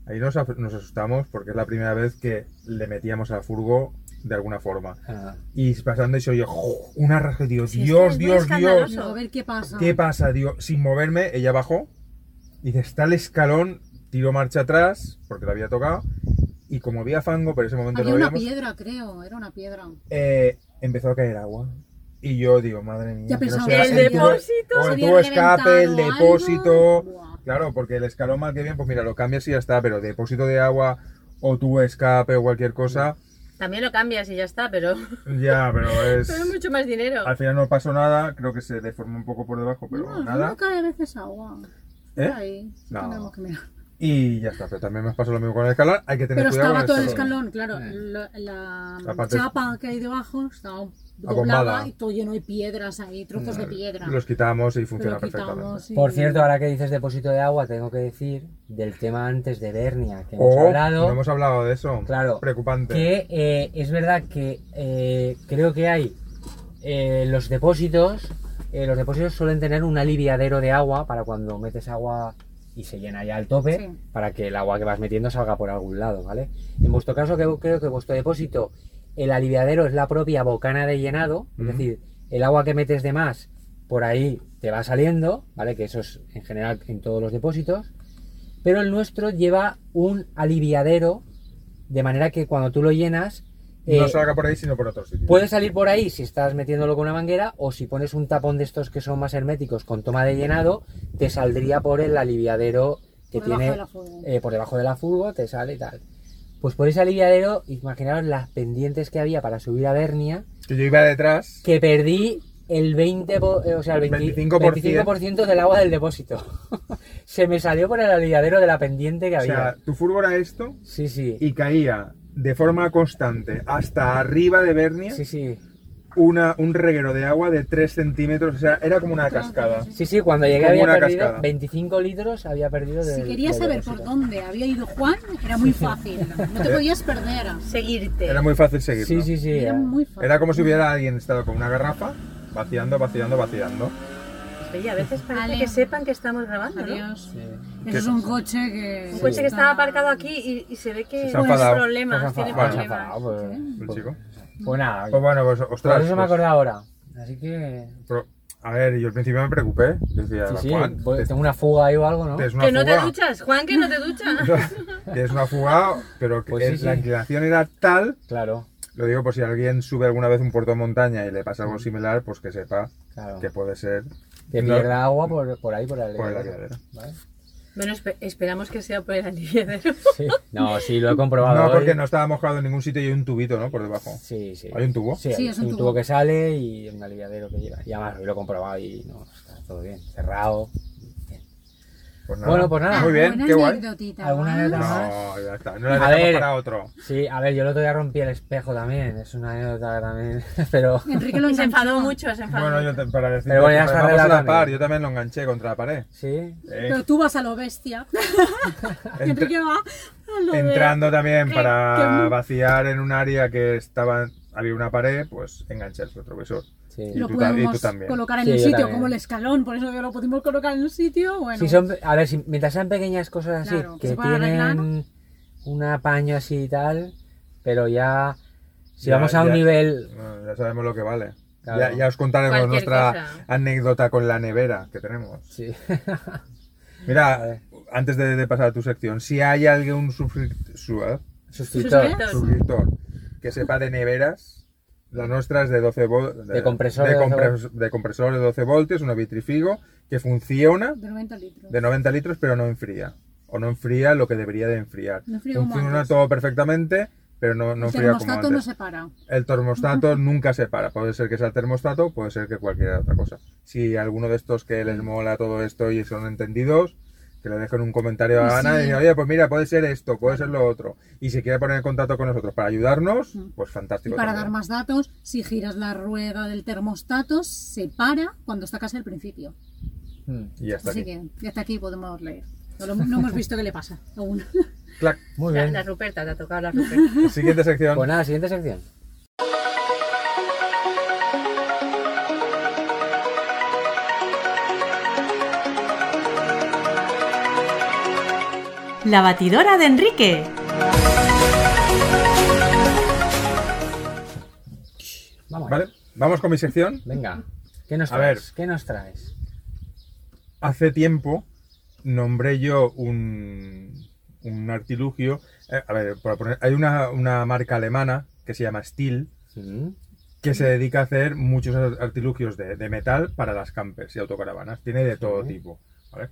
[SPEAKER 2] Ahí nos, af- nos asustamos porque es la primera vez que le metíamos al furgo de alguna forma.
[SPEAKER 3] Ah,
[SPEAKER 2] Y pasando eso, yo, ¡jo! una rasca, digo,
[SPEAKER 1] Sí, es que
[SPEAKER 2] Dios,
[SPEAKER 1] es muy
[SPEAKER 2] Dios,
[SPEAKER 1] escandaloso.
[SPEAKER 2] Dios,
[SPEAKER 4] No, a ver qué pasa.
[SPEAKER 2] ¿qué pasa? Digo, sin moverme, ella bajó, dice, está el escalón, tiro marcha atrás, porque la había tocado, y como había fango, pero en ese momento
[SPEAKER 4] Había
[SPEAKER 2] no lo
[SPEAKER 4] una
[SPEAKER 2] habíamos,
[SPEAKER 4] piedra, creo. Era una piedra.
[SPEAKER 2] eh, empezó a caer agua. Y yo digo, madre mía,
[SPEAKER 4] Ya
[SPEAKER 2] que no
[SPEAKER 4] pensaba-
[SPEAKER 2] sea
[SPEAKER 1] El
[SPEAKER 2] el tubo-
[SPEAKER 1] depósito.
[SPEAKER 2] o el
[SPEAKER 4] Había
[SPEAKER 2] tubo escape, el
[SPEAKER 4] reventado algo.
[SPEAKER 2] depósito.
[SPEAKER 4] Buah.
[SPEAKER 2] Claro, porque el escalón mal que bien, pues mira, lo cambias y ya está, pero depósito de agua o tubo escape o cualquier cosa,
[SPEAKER 1] También lo cambias y ya está, pero,
[SPEAKER 2] ya, pero es...
[SPEAKER 1] pero es mucho más dinero.
[SPEAKER 2] Al final no pasó nada, creo que se deformó un poco por debajo, pero
[SPEAKER 4] No, al fondo
[SPEAKER 2] nada.
[SPEAKER 4] cae a veces agua.
[SPEAKER 2] ¿Eh?
[SPEAKER 4] Ahí.
[SPEAKER 2] No.
[SPEAKER 4] Tenemos que mirar.
[SPEAKER 2] Y ya está, pero también me pasó lo mismo con el escalón. Hay que tener
[SPEAKER 4] Pero
[SPEAKER 2] cuidado
[SPEAKER 4] estaba
[SPEAKER 2] con
[SPEAKER 4] todo el escalón, claro.
[SPEAKER 3] Eh.
[SPEAKER 4] lo- La,
[SPEAKER 2] La parte-
[SPEAKER 4] chapa que hay debajo estaba
[SPEAKER 2] Abombada.
[SPEAKER 4] doblada y todo lleno de piedras ahí, trozos de piedra.
[SPEAKER 2] Los quitamos y funciona
[SPEAKER 4] Lo quitamos
[SPEAKER 2] perfectamente.
[SPEAKER 4] y-
[SPEAKER 3] Por cierto, ahora que dices depósito de agua, tengo que decir del tema antes de Bernia, que hemos
[SPEAKER 2] O
[SPEAKER 3] hablado.
[SPEAKER 2] Oh, no hemos hablado de eso.
[SPEAKER 3] Claro.
[SPEAKER 2] Preocupante.
[SPEAKER 3] Que eh, es verdad que eh, creo que hay eh, los depósitos. eh, los depósitos suelen tener un aliviadero de agua para cuando metes agua y se llena ya al tope,
[SPEAKER 4] Sí.
[SPEAKER 3] para que el agua que vas metiendo salga por algún lado, ¿vale? En vuestro caso, que- creo que vuestro depósito, el aliviadero es la propia bocana de llenado,
[SPEAKER 2] Ujú.
[SPEAKER 3] es decir, el agua que metes de más por ahí te va saliendo, ¿vale? Que eso es en general en todos los depósitos pero el nuestro lleva un aliviadero de manera que cuando tú lo llenas
[SPEAKER 2] no
[SPEAKER 3] eh,
[SPEAKER 2] salga por ahí, sino por otro sitio.
[SPEAKER 3] puede salir por ahí si estás metiéndolo con una manguera o si pones un tapón de estos que son más herméticos con toma de llenado te saldría por el aliviadero que
[SPEAKER 4] Por debajo
[SPEAKER 3] tiene
[SPEAKER 4] de la fuga.
[SPEAKER 3] eh, por debajo de la fuga te sale y tal pues por ese aliviadero imaginaos las pendientes que había para subir a Bernia
[SPEAKER 2] Que yo iba detrás.
[SPEAKER 3] que perdí el 20, po- eh, o sea, el 20
[SPEAKER 2] 25%.
[SPEAKER 3] 25% del agua del depósito. Se me salió por el aliviadero de la pendiente que
[SPEAKER 2] O
[SPEAKER 3] había.
[SPEAKER 2] sea, tu furgo era esto
[SPEAKER 3] Sí, sí.
[SPEAKER 2] y caía de forma constante hasta arriba de Bernia
[SPEAKER 3] Sí, sí.
[SPEAKER 2] una, un reguero de agua de 3 centímetros. O sea, era como una cascada.
[SPEAKER 3] Sí, sí, cuando llegué
[SPEAKER 2] Como
[SPEAKER 3] había
[SPEAKER 2] una
[SPEAKER 3] perdido
[SPEAKER 2] cascada.
[SPEAKER 3] 25 litros, había perdido de
[SPEAKER 4] Si querías saber por dónde había ido Juan, era muy fácil. No te
[SPEAKER 2] ¿Eh?
[SPEAKER 4] podías perder.
[SPEAKER 1] Seguirte.
[SPEAKER 2] Era muy fácil seguirlo.
[SPEAKER 3] Sí, sí, sí.
[SPEAKER 4] Era muy fácil.
[SPEAKER 2] Era como si hubiera alguien estado con una garrafa vaciando, vaciando, vaciando.
[SPEAKER 1] Oye, a veces parece
[SPEAKER 4] Ale.
[SPEAKER 1] que sepan que estamos grabando, ¿no?
[SPEAKER 4] Adiós.
[SPEAKER 3] Sí.
[SPEAKER 4] Eso es un coche que.
[SPEAKER 1] Un coche que estaba aparcado aquí y, y se ve que
[SPEAKER 2] Se ha
[SPEAKER 1] tiene
[SPEAKER 2] enfadado.
[SPEAKER 3] Pues
[SPEAKER 1] problemas,
[SPEAKER 3] enfadado,
[SPEAKER 1] tiene
[SPEAKER 2] Bueno.
[SPEAKER 3] pues
[SPEAKER 1] problemas.
[SPEAKER 3] enfadado, pues-
[SPEAKER 2] El
[SPEAKER 3] pues-
[SPEAKER 2] chico.
[SPEAKER 3] pues nada,
[SPEAKER 2] Pues bueno, pues ostras.
[SPEAKER 3] por eso me
[SPEAKER 2] pues,
[SPEAKER 3] acordé ahora. Así que.
[SPEAKER 2] pro- a ver, yo al principio me preocupé. Decía,
[SPEAKER 3] Sí, sí,
[SPEAKER 2] Juan,
[SPEAKER 3] voy-
[SPEAKER 2] te-
[SPEAKER 3] tengo una fuga ahí o algo, ¿no?
[SPEAKER 2] te es una
[SPEAKER 1] Que no te
[SPEAKER 2] fuga.
[SPEAKER 1] duchas, Juan, que no te duchas.
[SPEAKER 2] es una fuga, pero que
[SPEAKER 3] Pues sí,
[SPEAKER 2] es- la
[SPEAKER 3] sí.
[SPEAKER 2] inclinación era tal.
[SPEAKER 3] Claro,
[SPEAKER 2] Lo digo por si alguien sube alguna vez un puerto de montaña y le pasa
[SPEAKER 3] Mm.
[SPEAKER 2] algo similar, pues que sepa
[SPEAKER 3] claro.
[SPEAKER 2] que
[SPEAKER 3] Que,
[SPEAKER 2] puede ser no-
[SPEAKER 3] pierda agua por, por ahí, por el
[SPEAKER 2] por el
[SPEAKER 3] aliviadero,
[SPEAKER 2] aliviadero.
[SPEAKER 3] ¿vale?
[SPEAKER 1] Bueno, espe- esperamos que sea por el aliviadero.
[SPEAKER 3] Sí. No, sí, lo he comprobado.
[SPEAKER 2] No,
[SPEAKER 3] hoy.
[SPEAKER 2] porque no estaba mojado en ningún sitio y hay un tubito, ¿no? Por debajo.
[SPEAKER 3] Sí, sí.
[SPEAKER 2] ¿Hay un tubo?
[SPEAKER 3] Sí,
[SPEAKER 4] Sí,
[SPEAKER 3] hay
[SPEAKER 4] es
[SPEAKER 3] un,
[SPEAKER 4] un
[SPEAKER 3] tubo
[SPEAKER 4] tubo.
[SPEAKER 3] que sale y un aliviadero que lleva. Y además, hoy lo he comprobado y no, está todo bien. Cerrado.
[SPEAKER 2] Pues nada.
[SPEAKER 3] Bueno,
[SPEAKER 4] Ah,
[SPEAKER 3] pues nada.
[SPEAKER 2] Muy
[SPEAKER 1] Ah,
[SPEAKER 2] bien,
[SPEAKER 4] Alguna
[SPEAKER 2] qué guay.
[SPEAKER 4] anecdotita,
[SPEAKER 3] ¿Alguna
[SPEAKER 4] ¿va?
[SPEAKER 3] anécdota?
[SPEAKER 2] No, ya está. No
[SPEAKER 3] A
[SPEAKER 2] la dejamos
[SPEAKER 3] ver.
[SPEAKER 2] para otro.
[SPEAKER 3] Sí, a ver, yo el otro día rompí el espejo también. Es una anécdota también. Pero.
[SPEAKER 4] Enrique lo
[SPEAKER 1] Y se enfadó
[SPEAKER 4] enganchó.
[SPEAKER 1] mucho, se enfadó.
[SPEAKER 2] Bueno, yo te- para decir
[SPEAKER 3] Pero bueno, ya se ha
[SPEAKER 2] a la
[SPEAKER 3] arreglado
[SPEAKER 2] par,
[SPEAKER 3] también.
[SPEAKER 2] yo también lo enganché contra la pared.
[SPEAKER 3] Sí.
[SPEAKER 2] Eh,
[SPEAKER 4] Pero tú vas a lo bestia.
[SPEAKER 2] entra-
[SPEAKER 4] Enrique va a lo de-
[SPEAKER 2] entrando también
[SPEAKER 4] que-
[SPEAKER 2] para
[SPEAKER 4] que-
[SPEAKER 2] vaciar en un área que estaba había una pared, pues enganché el retrovisor.
[SPEAKER 3] Sí.
[SPEAKER 2] y
[SPEAKER 4] Lo
[SPEAKER 2] tú ta- y tú
[SPEAKER 4] podemos
[SPEAKER 2] también.
[SPEAKER 4] colocar en
[SPEAKER 3] Sí,
[SPEAKER 4] el
[SPEAKER 3] yo
[SPEAKER 4] sitio,
[SPEAKER 3] también.
[SPEAKER 4] como el escalón, por eso yo lo pudimos colocar en el sitio. Bueno,
[SPEAKER 3] Sí, son, a ver, si, mientras sean pequeñas cosas así,
[SPEAKER 4] Claro, que
[SPEAKER 3] que
[SPEAKER 4] se puedan
[SPEAKER 3] tienen
[SPEAKER 4] arreglar.
[SPEAKER 3] un apaño así y tal, pero ya. Si
[SPEAKER 2] Ya-
[SPEAKER 3] vamos a un
[SPEAKER 2] ya-
[SPEAKER 3] nivel.
[SPEAKER 2] No, ya sabemos lo que vale.
[SPEAKER 3] Claro.
[SPEAKER 2] Ya, ya os contaremos
[SPEAKER 1] Cualquier
[SPEAKER 2] nuestra
[SPEAKER 1] cosa.
[SPEAKER 2] anécdota con la nevera que tenemos.
[SPEAKER 3] Sí.
[SPEAKER 2] Mira, eh,
[SPEAKER 3] ver.
[SPEAKER 2] antes de, de pasar a tu sección, si hay algún suscript- su- eh,
[SPEAKER 3] Suscriptor.
[SPEAKER 1] Suscriptor.
[SPEAKER 2] suscriptor que sepa de neveras, la nuestra es de 12 voltios.
[SPEAKER 3] De compresor
[SPEAKER 2] de,
[SPEAKER 3] de 12
[SPEAKER 2] compres- de compresor de 12 voltios, una vitrifigo, que funciona
[SPEAKER 4] de 90 litros.
[SPEAKER 2] de 90 litros, pero no enfría. O no enfría lo que debería de enfriar.
[SPEAKER 4] No enfría como
[SPEAKER 2] Funciona
[SPEAKER 4] antes.
[SPEAKER 2] todo perfectamente, pero no, no
[SPEAKER 4] el
[SPEAKER 2] enfría como
[SPEAKER 4] termostato
[SPEAKER 2] antes.
[SPEAKER 4] no se para.
[SPEAKER 2] El termostato nunca se para. Puede ser que sea el termostato, puede ser que cualquier otra cosa. Si alguno de estos que les mola todo esto y son entendidos, que le dejen un comentario a
[SPEAKER 4] Sí.
[SPEAKER 2] Ana y digan, oye, pues mira, puede ser esto, puede ser lo otro. Y si quiere poner en contacto con nosotros para ayudarnos, pues
[SPEAKER 4] Y
[SPEAKER 2] fantástico.
[SPEAKER 4] para dar
[SPEAKER 2] también.
[SPEAKER 4] más datos, si giras la rueda del termostato, se para cuando está casi al principio.
[SPEAKER 3] Mm.
[SPEAKER 2] Y ya está.
[SPEAKER 4] Así
[SPEAKER 2] aquí.
[SPEAKER 4] que ya hasta aquí podemos leer. No, lo- no hemos visto qué le pasa aún.
[SPEAKER 2] Clac.
[SPEAKER 3] Muy
[SPEAKER 1] La,
[SPEAKER 3] bien.
[SPEAKER 1] la Ruperta, te ha tocado la Ruperta.
[SPEAKER 2] Siguiente sección.
[SPEAKER 3] Pues nada, siguiente sección.
[SPEAKER 5] La batidora de Enrique.
[SPEAKER 3] Vamos.
[SPEAKER 2] ¿Vale? Vamos con mi sección.
[SPEAKER 3] Venga. ¿Qué nos
[SPEAKER 2] A
[SPEAKER 3] traes?
[SPEAKER 2] ver.
[SPEAKER 3] ¿Qué nos traes?
[SPEAKER 2] hace tiempo nombré yo un, un artilugio. eh, a ver, para poner- hay una, una marca alemana que se llama Steel Mm.
[SPEAKER 3] Sí.
[SPEAKER 2] que se dedica a hacer muchos ar- artilugios de, de metal para las campers y autocaravanas. Tiene de todo
[SPEAKER 3] Ujú.
[SPEAKER 2] tipo, ¿vale?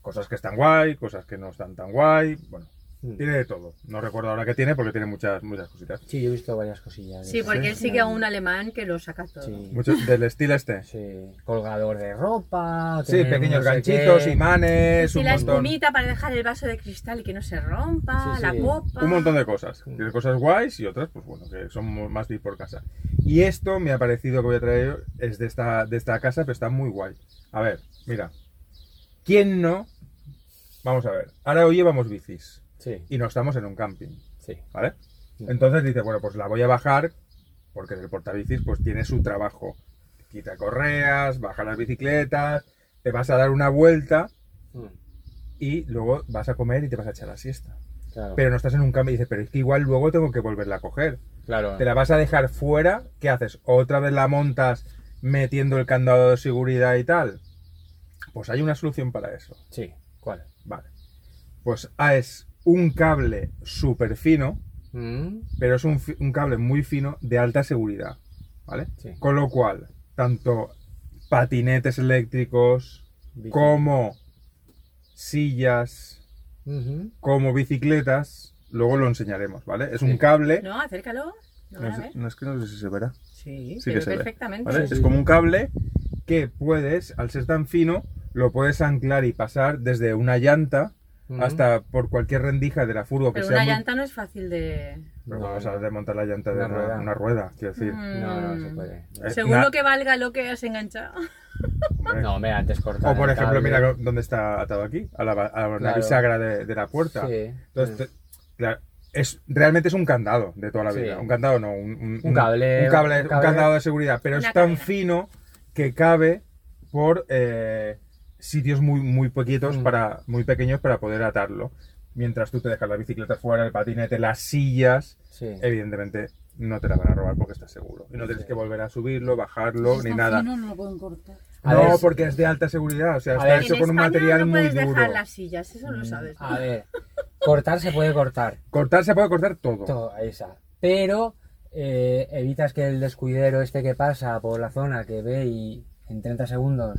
[SPEAKER 2] Cosas que están guay, cosas que no están tan guay, bueno,
[SPEAKER 3] Mm.
[SPEAKER 2] Tiene de todo. No recuerdo ahora qué tiene porque tiene muchas, muchas cositas.
[SPEAKER 3] Sí, yo he visto varias cosillas. de
[SPEAKER 1] Sí,
[SPEAKER 3] esas.
[SPEAKER 1] porque él sigue a un alemán que lo saca todo.
[SPEAKER 3] Sí.
[SPEAKER 2] Mucho, del estilo este.
[SPEAKER 3] Sí, colgador de ropa.
[SPEAKER 2] Sí,
[SPEAKER 3] tener un
[SPEAKER 2] pequeños
[SPEAKER 3] no sé
[SPEAKER 2] ganchitos,
[SPEAKER 3] qué.
[SPEAKER 2] imanes,
[SPEAKER 1] Y
[SPEAKER 2] un
[SPEAKER 1] la
[SPEAKER 2] montón,
[SPEAKER 1] espumita para dejar el vaso de cristal y que no se rompa,
[SPEAKER 3] Sí, sí.
[SPEAKER 1] la copa.
[SPEAKER 2] un montón de cosas. Tiene cosas guays y otras, pues bueno, que son mu- más de ir por casa. Y esto me ha parecido que voy a traer, es de esta, de esta casa, pero está muy guay. A ver, mira. ¿Quién no? Vamos a ver. Ahora hoy llevamos bicis
[SPEAKER 3] Sí,
[SPEAKER 2] y no estamos en un camping,
[SPEAKER 3] sí.
[SPEAKER 2] ¿vale? Entonces dice, bueno, pues la voy a bajar porque el portabicis pues tiene su trabajo. Quita correas, baja las bicicletas, te vas a dar una vuelta
[SPEAKER 3] Mm,
[SPEAKER 2] y luego vas a comer y te vas a echar la siesta.
[SPEAKER 3] Claro,
[SPEAKER 2] Pero no estás en un cambio y dices, pero es que igual luego tengo que volverla a coger.
[SPEAKER 3] claro.
[SPEAKER 2] Te la vas a dejar fuera, ¿qué haces? ¿Otra vez la montas metiendo el candado de seguridad y tal? Pues hay una solución para eso.
[SPEAKER 3] Sí, ¿cuál?
[SPEAKER 2] Vale. Pues ah, es un cable súper fino,
[SPEAKER 3] Mm,
[SPEAKER 2] pero es un, fi- un cable muy fino de alta seguridad. ¿Vale?
[SPEAKER 3] Sí.
[SPEAKER 2] Con lo cual, tanto patinetes eléctricos
[SPEAKER 3] bici.
[SPEAKER 2] como sillas,
[SPEAKER 3] Ujú.
[SPEAKER 2] como bicicletas, luego lo enseñaremos, ¿vale? Es un
[SPEAKER 3] Sí.
[SPEAKER 2] cable.
[SPEAKER 1] No, acércalo. No,
[SPEAKER 2] No
[SPEAKER 1] van a
[SPEAKER 2] sé-
[SPEAKER 1] ver.
[SPEAKER 2] no es que no sé si se verá.
[SPEAKER 1] Sí,
[SPEAKER 2] Sí
[SPEAKER 1] se
[SPEAKER 2] que
[SPEAKER 1] ve
[SPEAKER 2] se ve,
[SPEAKER 1] perfectamente.
[SPEAKER 2] ¿vale?
[SPEAKER 3] Sí,
[SPEAKER 2] Es
[SPEAKER 3] sí.
[SPEAKER 2] como un cable que puedes, al ser tan fino, lo puedes anclar y pasar desde una llanta
[SPEAKER 3] Ujú.
[SPEAKER 2] hasta por cualquier rendija de la furgo que
[SPEAKER 1] Pero
[SPEAKER 2] sea
[SPEAKER 1] una
[SPEAKER 2] muy-
[SPEAKER 1] llanta no es fácil de.
[SPEAKER 2] Pero
[SPEAKER 3] No,
[SPEAKER 2] vamos
[SPEAKER 3] no.
[SPEAKER 2] a desmontar la llanta de
[SPEAKER 3] Una
[SPEAKER 2] una,
[SPEAKER 3] rueda.
[SPEAKER 2] una rueda, quiero decir.
[SPEAKER 1] Mm.
[SPEAKER 3] No, no, no se puede.
[SPEAKER 2] Eh,
[SPEAKER 1] Según
[SPEAKER 2] na-
[SPEAKER 1] lo que valga lo que has enganchado.
[SPEAKER 2] hombre.
[SPEAKER 3] No, mira, antes cortar.
[SPEAKER 2] O por
[SPEAKER 3] el
[SPEAKER 2] ejemplo,
[SPEAKER 3] cable.
[SPEAKER 2] mira dónde está atado aquí, a la, a la
[SPEAKER 3] Claro.
[SPEAKER 2] bisagra de, de la puerta.
[SPEAKER 3] Sí. mm,
[SPEAKER 2] Entonces,
[SPEAKER 3] sí.
[SPEAKER 2] te- claro, es, realmente es un candado de toda la
[SPEAKER 3] Sí.
[SPEAKER 2] vida. Un candado, no, un, un-
[SPEAKER 3] Un cable,
[SPEAKER 2] Un, cable-
[SPEAKER 3] un
[SPEAKER 2] un
[SPEAKER 3] cable.
[SPEAKER 2] candado de seguridad. Pero
[SPEAKER 1] Una
[SPEAKER 2] es tan
[SPEAKER 1] cadena.
[SPEAKER 2] fino que cabe por eh, sitios muy, muy, pequeños
[SPEAKER 3] Mm.
[SPEAKER 2] para, muy pequeños para poder atarlo. Mientras tú te dejas la bicicleta fuera, el patinete, las sillas,
[SPEAKER 3] Sí.
[SPEAKER 2] eh, evidentemente no te la van a robar porque estás seguro. Y no tienes
[SPEAKER 3] Sí.
[SPEAKER 2] que volver a subirlo, bajarlo, ni nada.
[SPEAKER 4] No, no lo pueden cortar.
[SPEAKER 3] A
[SPEAKER 2] no,
[SPEAKER 3] ver,
[SPEAKER 2] porque es de alta seguridad. O sea,
[SPEAKER 3] A
[SPEAKER 2] está
[SPEAKER 3] ver.
[SPEAKER 1] En
[SPEAKER 2] hecho con un
[SPEAKER 1] España
[SPEAKER 2] material
[SPEAKER 1] no
[SPEAKER 2] muy
[SPEAKER 1] puedes
[SPEAKER 2] duro. Ah,
[SPEAKER 1] dejar las sillas, eso lo sabes. ¿no?
[SPEAKER 3] A ver, cortar se puede cortar.
[SPEAKER 2] Cortar se puede cortar todo.
[SPEAKER 3] Todo, ahí está. Pero eh, evitas que el descuidero este que pasa por la zona que ve y en 30 segundos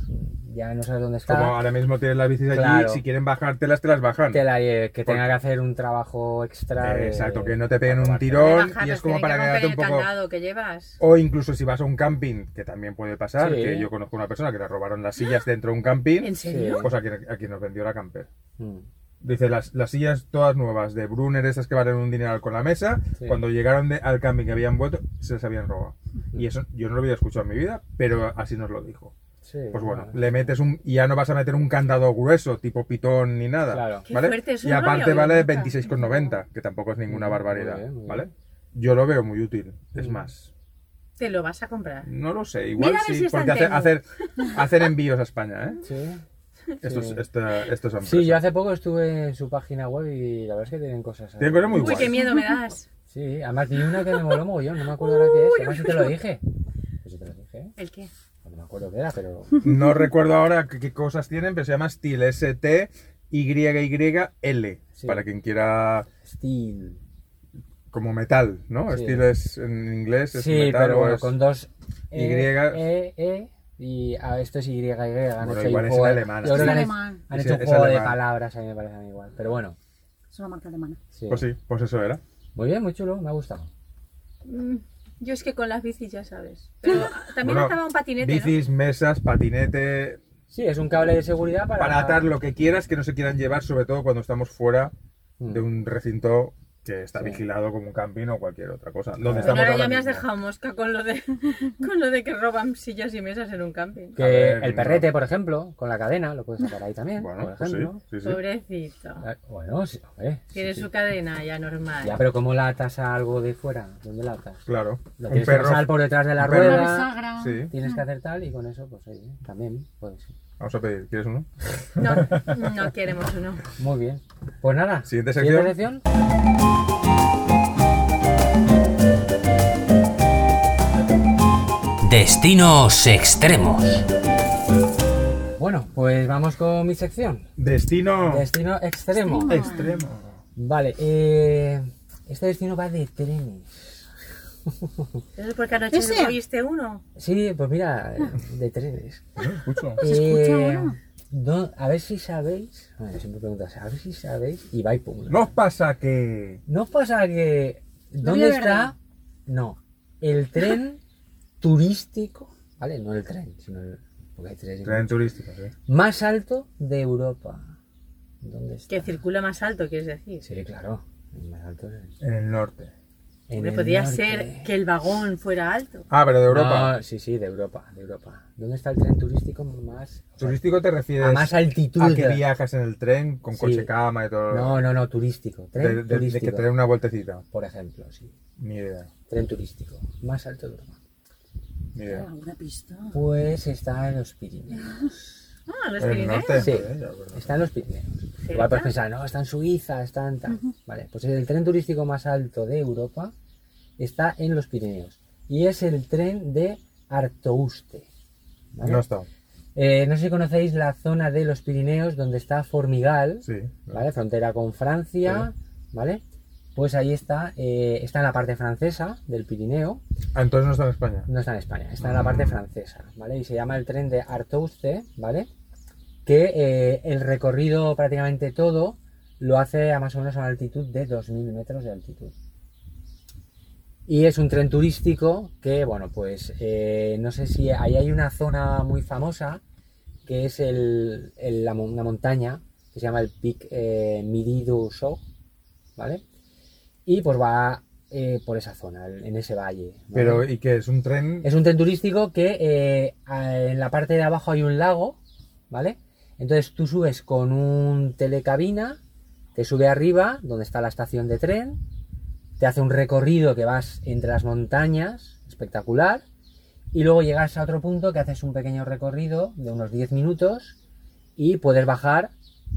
[SPEAKER 3] ya no sabes dónde está,
[SPEAKER 2] Como ahora mismo tienes las bicis allí,
[SPEAKER 3] Claro.
[SPEAKER 2] si quieren bajártelas, te las bajan.
[SPEAKER 3] te la lleve, que
[SPEAKER 2] Por-
[SPEAKER 3] tenga que hacer un trabajo extra.
[SPEAKER 2] Eh,
[SPEAKER 3] de-
[SPEAKER 2] Exacto, que no te peguen un
[SPEAKER 3] robarte.
[SPEAKER 2] tirón
[SPEAKER 1] Rebajarlas,
[SPEAKER 2] y es como
[SPEAKER 1] tienen
[SPEAKER 2] para
[SPEAKER 1] que
[SPEAKER 2] quedarte
[SPEAKER 1] romper
[SPEAKER 2] un poco.
[SPEAKER 1] el candado que llevas.
[SPEAKER 2] O incluso si vas a un camping, que también puede pasar,
[SPEAKER 3] Sí.
[SPEAKER 2] que yo conozco una persona que le robaron las sillas dentro de un camping,
[SPEAKER 1] ¿En serio?
[SPEAKER 2] pues a quien, a quien nos vendió la camper.
[SPEAKER 3] Mm,
[SPEAKER 2] Dice, las, las sillas todas nuevas de Brunner, esas que valen un dineral con la mesa,
[SPEAKER 3] Sí.
[SPEAKER 2] cuando llegaron de- al camping que habían vuelto, se las habían robado. Y eso yo no lo había escuchado en mi vida, pero así nos lo dijo.
[SPEAKER 3] sí,
[SPEAKER 2] Pues bueno, le metes un. y Ya no vas a meter un candado grueso, tipo pitón ni nada.
[SPEAKER 3] Claro.
[SPEAKER 1] Qué
[SPEAKER 2] ¿vale?
[SPEAKER 1] fuerte, eso
[SPEAKER 2] y
[SPEAKER 1] no lo
[SPEAKER 2] aparte
[SPEAKER 1] había oído
[SPEAKER 2] vale
[SPEAKER 1] nunca.
[SPEAKER 2] 26,90, que tampoco es ninguna
[SPEAKER 3] Muy
[SPEAKER 2] barbaridad.
[SPEAKER 3] bien, muy
[SPEAKER 2] ¿Vale?
[SPEAKER 3] bien.
[SPEAKER 2] Yo lo veo muy útil. Es
[SPEAKER 3] Mm.
[SPEAKER 2] más,
[SPEAKER 1] Te lo vas a comprar.
[SPEAKER 2] no lo sé. Igual
[SPEAKER 1] Mira a ver
[SPEAKER 2] sí,
[SPEAKER 1] si está
[SPEAKER 2] porque
[SPEAKER 1] en
[SPEAKER 2] hace-
[SPEAKER 1] Temu.
[SPEAKER 2] hacer, hacer envíos a España, ¿eh?
[SPEAKER 3] Sí.
[SPEAKER 2] Estos, esta, estos son
[SPEAKER 3] Sí, yo
[SPEAKER 2] presos.
[SPEAKER 3] hace poco estuve en su página web y la verdad es que tienen cosas. ahí.
[SPEAKER 2] Tienen cosas muy
[SPEAKER 1] Uy,
[SPEAKER 2] guay.
[SPEAKER 1] qué miedo me das.
[SPEAKER 3] Sí, además vi una que me moló mogollón, no me acuerdo ahora qué es, además si te lo dije. Pues si te lo dije,
[SPEAKER 1] ¿El qué?
[SPEAKER 3] no me acuerdo qué era, pero...
[SPEAKER 2] No recuerdo ahora qué, qué cosas tienen, pero se llama Steel S-T-Y-Y-L.
[SPEAKER 3] Sí.
[SPEAKER 2] Para quien quiera.
[SPEAKER 3] Steel.
[SPEAKER 2] Como metal, ¿no?
[SPEAKER 3] Sí.
[SPEAKER 2] Steel es en inglés, es
[SPEAKER 3] Sí,
[SPEAKER 2] metal
[SPEAKER 3] pero
[SPEAKER 2] o
[SPEAKER 3] bueno,
[SPEAKER 2] es-
[SPEAKER 3] con dos
[SPEAKER 2] Y.
[SPEAKER 3] E, E, E, y ah, esto es Y, Y. Han
[SPEAKER 2] Bueno,
[SPEAKER 3] hecho ahí
[SPEAKER 2] igual
[SPEAKER 3] un
[SPEAKER 2] es
[SPEAKER 3] juego
[SPEAKER 2] en
[SPEAKER 3] de-
[SPEAKER 2] alemán.
[SPEAKER 3] yo creo que
[SPEAKER 4] Es
[SPEAKER 3] han
[SPEAKER 4] alemán.
[SPEAKER 3] hecho- Han
[SPEAKER 2] Es-
[SPEAKER 3] hecho un
[SPEAKER 2] es
[SPEAKER 3] juego de
[SPEAKER 2] alemán.
[SPEAKER 3] palabras, a mí me parece a mí igual. Pero bueno,
[SPEAKER 4] Es una marca alemana.
[SPEAKER 3] sí.
[SPEAKER 2] Pues sí, pues eso era.
[SPEAKER 3] Muy bien, muy chulo, me ha gustado.
[SPEAKER 1] Mm, Yo es que con las bicis ya sabes. Pero también
[SPEAKER 2] Bueno,
[SPEAKER 1] estaba un patinete, ¿no?
[SPEAKER 2] Bicis, mesas, patinete,
[SPEAKER 3] Sí, es un cable de seguridad para...
[SPEAKER 2] para atar lo que quieras que no se quieran llevar, sobre todo cuando estamos fuera
[SPEAKER 3] Mm.
[SPEAKER 2] de un recinto que está
[SPEAKER 3] Sí.
[SPEAKER 2] vigilado como un camping o cualquier otra cosa. Donde
[SPEAKER 3] Claro.
[SPEAKER 2] estamos
[SPEAKER 1] Bueno, ahora
[SPEAKER 2] ahora
[SPEAKER 1] ya me has
[SPEAKER 2] mismo.
[SPEAKER 1] dejado mosca con lo de con lo de que roban sillas y mesas en un camping.
[SPEAKER 3] Que
[SPEAKER 2] A ver,
[SPEAKER 3] el
[SPEAKER 2] no.
[SPEAKER 3] perrete, por ejemplo, con la cadena, lo puedes sacar ahí también,
[SPEAKER 2] Bueno,
[SPEAKER 3] por
[SPEAKER 2] pues sí,
[SPEAKER 3] ejemplo.
[SPEAKER 2] sí, sí.
[SPEAKER 1] Pobrecito.
[SPEAKER 3] Ah, Bueno, sí, hombre, sí,
[SPEAKER 1] Tiene
[SPEAKER 3] sí.
[SPEAKER 1] su cadena ya normal.
[SPEAKER 3] Ya, pero ¿cómo la atas a algo de fuera? ¿Dónde la atas?
[SPEAKER 2] Claro.
[SPEAKER 3] Lo
[SPEAKER 2] Un
[SPEAKER 3] tienes que pasar
[SPEAKER 2] perro.
[SPEAKER 3] por detrás de la
[SPEAKER 2] un perro.
[SPEAKER 4] Una
[SPEAKER 3] rueda,
[SPEAKER 4] bisagra.
[SPEAKER 2] Sí.
[SPEAKER 3] tienes que hacer tal y con eso, pues oye, también puedes.
[SPEAKER 2] Vamos a pedir. ¿Quieres uno?
[SPEAKER 1] No, no queremos uno.
[SPEAKER 3] Muy bien. Pues nada.
[SPEAKER 2] Siguiente
[SPEAKER 3] sección.
[SPEAKER 6] Destinos extremos.
[SPEAKER 3] Bueno, pues vamos con mi sección.
[SPEAKER 2] Destino
[SPEAKER 3] Destino extremo.
[SPEAKER 2] extremo.
[SPEAKER 3] Vale, eh, este destino va de trenes.
[SPEAKER 1] Eso es porque anoche
[SPEAKER 4] Ese.
[SPEAKER 1] no viste uno.
[SPEAKER 3] Sí, pues mira, eh, de trenes.
[SPEAKER 2] No, escucho.
[SPEAKER 4] ¿Se Ah. Pues escucha
[SPEAKER 3] Eh,
[SPEAKER 4] ahora?
[SPEAKER 3] no- a ver si sabéis. Bueno, siempre preguntas, a ver si sabéis. Y va y pum.
[SPEAKER 2] ¿No os pasa que.?
[SPEAKER 3] ¿No os pasa que.
[SPEAKER 4] No
[SPEAKER 3] ¿Dónde
[SPEAKER 4] había verdad.
[SPEAKER 3] está? No. El tren turístico. ¿Vale? No el tren, sino el. Porque hay trenes.
[SPEAKER 2] Tren turístico, sí.
[SPEAKER 3] Más alto de Europa. ¿Dónde está?
[SPEAKER 1] Que circula más alto, quieres decir.
[SPEAKER 3] Sí, claro. El más alto es-
[SPEAKER 2] En el norte.
[SPEAKER 3] en
[SPEAKER 1] Hombre,
[SPEAKER 3] el
[SPEAKER 1] podría
[SPEAKER 3] norte.
[SPEAKER 1] ser que el vagón fuera alto.
[SPEAKER 2] Ah, pero de Europa.
[SPEAKER 3] No, sí, sí, de Europa, de Europa. ¿Dónde está el tren turístico más?
[SPEAKER 2] Turístico te refieres.
[SPEAKER 3] A más altitud.
[SPEAKER 2] a que viajas en el tren con
[SPEAKER 3] Sí.
[SPEAKER 2] coche cama y todo.
[SPEAKER 3] No, no, no, turístico.
[SPEAKER 2] De-
[SPEAKER 3] Tren
[SPEAKER 2] de- de,
[SPEAKER 3] turístico.
[SPEAKER 2] que te den una vueltecita.
[SPEAKER 3] Por ejemplo, sí.
[SPEAKER 2] Ni idea.
[SPEAKER 3] Tren turístico. Más alto de Europa.
[SPEAKER 2] Ni idea.
[SPEAKER 4] Ah, Una pista.
[SPEAKER 3] Pues está en los Pirineos.
[SPEAKER 1] Ah, los
[SPEAKER 2] En el
[SPEAKER 1] Pirineos.
[SPEAKER 2] norte.
[SPEAKER 3] Sí.
[SPEAKER 2] eh, ya, pero-
[SPEAKER 3] Está en los Pirineos.
[SPEAKER 1] ¿Cerca?
[SPEAKER 3] Igual puedes pensar, no, está en Suiza, está en tal. Vale, pues el tren turístico más alto de Europa está en los Pirineos. Y es el tren de Artouste. ¿vale?
[SPEAKER 2] No está.
[SPEAKER 3] Eh, no sé si conocéis la zona de los Pirineos donde está Formigal,
[SPEAKER 2] Sí.
[SPEAKER 3] ¿vale? Frontera con Francia, ¿vale? Pues ahí está, eh, está en la parte francesa del Pirineo,
[SPEAKER 2] Ah, entonces no está en España.
[SPEAKER 3] no está en España, está en la parte francesa, ¿vale? Y se llama el tren de Artouste, ¿vale? Que eh, el recorrido prácticamente todo lo hace a más o menos a una altitud de 2.000 metros de altitud. Y es un tren turístico que, bueno, pues eh, no sé si ahí hay una zona muy famosa que es el, el- la, mon- la montaña que se llama el Pic eh, Midi du Sceau, ¿vale? Y pues va eh, por esa zona, en ese valle. ¿vale?
[SPEAKER 2] Pero, ¿y qué? ¿Es un tren?
[SPEAKER 3] Es un tren turístico que eh, a- en la parte de abajo hay un lago, ¿vale? Entonces tú subes con un telecabina, te sube arriba, donde está la estación de tren, te hace un recorrido que vas entre las montañas, espectacular, y luego llegas a otro punto que haces un pequeño recorrido de unos 10 minutos y puedes bajar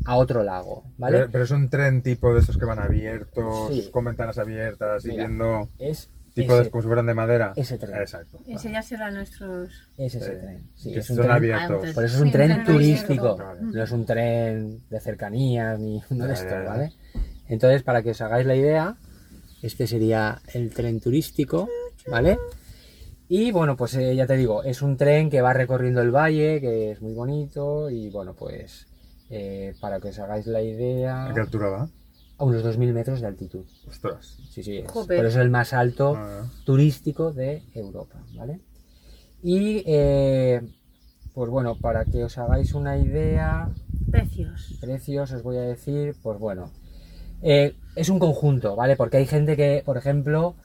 [SPEAKER 3] a otro lago, ¿vale?
[SPEAKER 2] Pero, pero es un tren tipo de esos que van abiertos,
[SPEAKER 3] Sí.
[SPEAKER 2] con ventanas abiertas y
[SPEAKER 3] Mira.
[SPEAKER 2] viendo
[SPEAKER 3] es
[SPEAKER 2] tipo
[SPEAKER 3] ese,
[SPEAKER 2] de, como si fueran de madera.
[SPEAKER 3] ese tren.
[SPEAKER 2] Exacto.
[SPEAKER 1] Enseñárselo a nuestros.
[SPEAKER 3] es ese
[SPEAKER 2] Eh,
[SPEAKER 3] tren. Sí,
[SPEAKER 2] que
[SPEAKER 3] es un
[SPEAKER 2] son
[SPEAKER 3] tren
[SPEAKER 2] abiertos.
[SPEAKER 1] Ah,
[SPEAKER 3] Por eso es un
[SPEAKER 4] Sí,
[SPEAKER 3] tren
[SPEAKER 4] un tren
[SPEAKER 3] turístico,
[SPEAKER 2] turístico.
[SPEAKER 3] no es un tren de cercanías ni uno de
[SPEAKER 2] Ya,
[SPEAKER 3] estos,
[SPEAKER 2] ya, ya.
[SPEAKER 3] ¿vale? Entonces, para que os hagáis la idea, este sería el tren turístico, ¿vale? Y bueno, pues eh, ya te digo, es un tren que va recorriendo el valle, que es muy bonito y bueno, pues eh, para que os hagáis la idea,
[SPEAKER 2] ¿A qué altura va?
[SPEAKER 3] a unos 2.000 metros de altitud.
[SPEAKER 2] Ostras.
[SPEAKER 3] Sí, sí, es.
[SPEAKER 1] Jope.
[SPEAKER 3] por eso es el más alto
[SPEAKER 2] Ah,
[SPEAKER 3] turístico de Europa, ¿vale? Y, eh, pues bueno, para que os hagáis una idea,
[SPEAKER 1] Precios.
[SPEAKER 3] precios os voy a decir, pues bueno, eh, es un conjunto, ¿vale? Porque hay gente que, por ejemplo,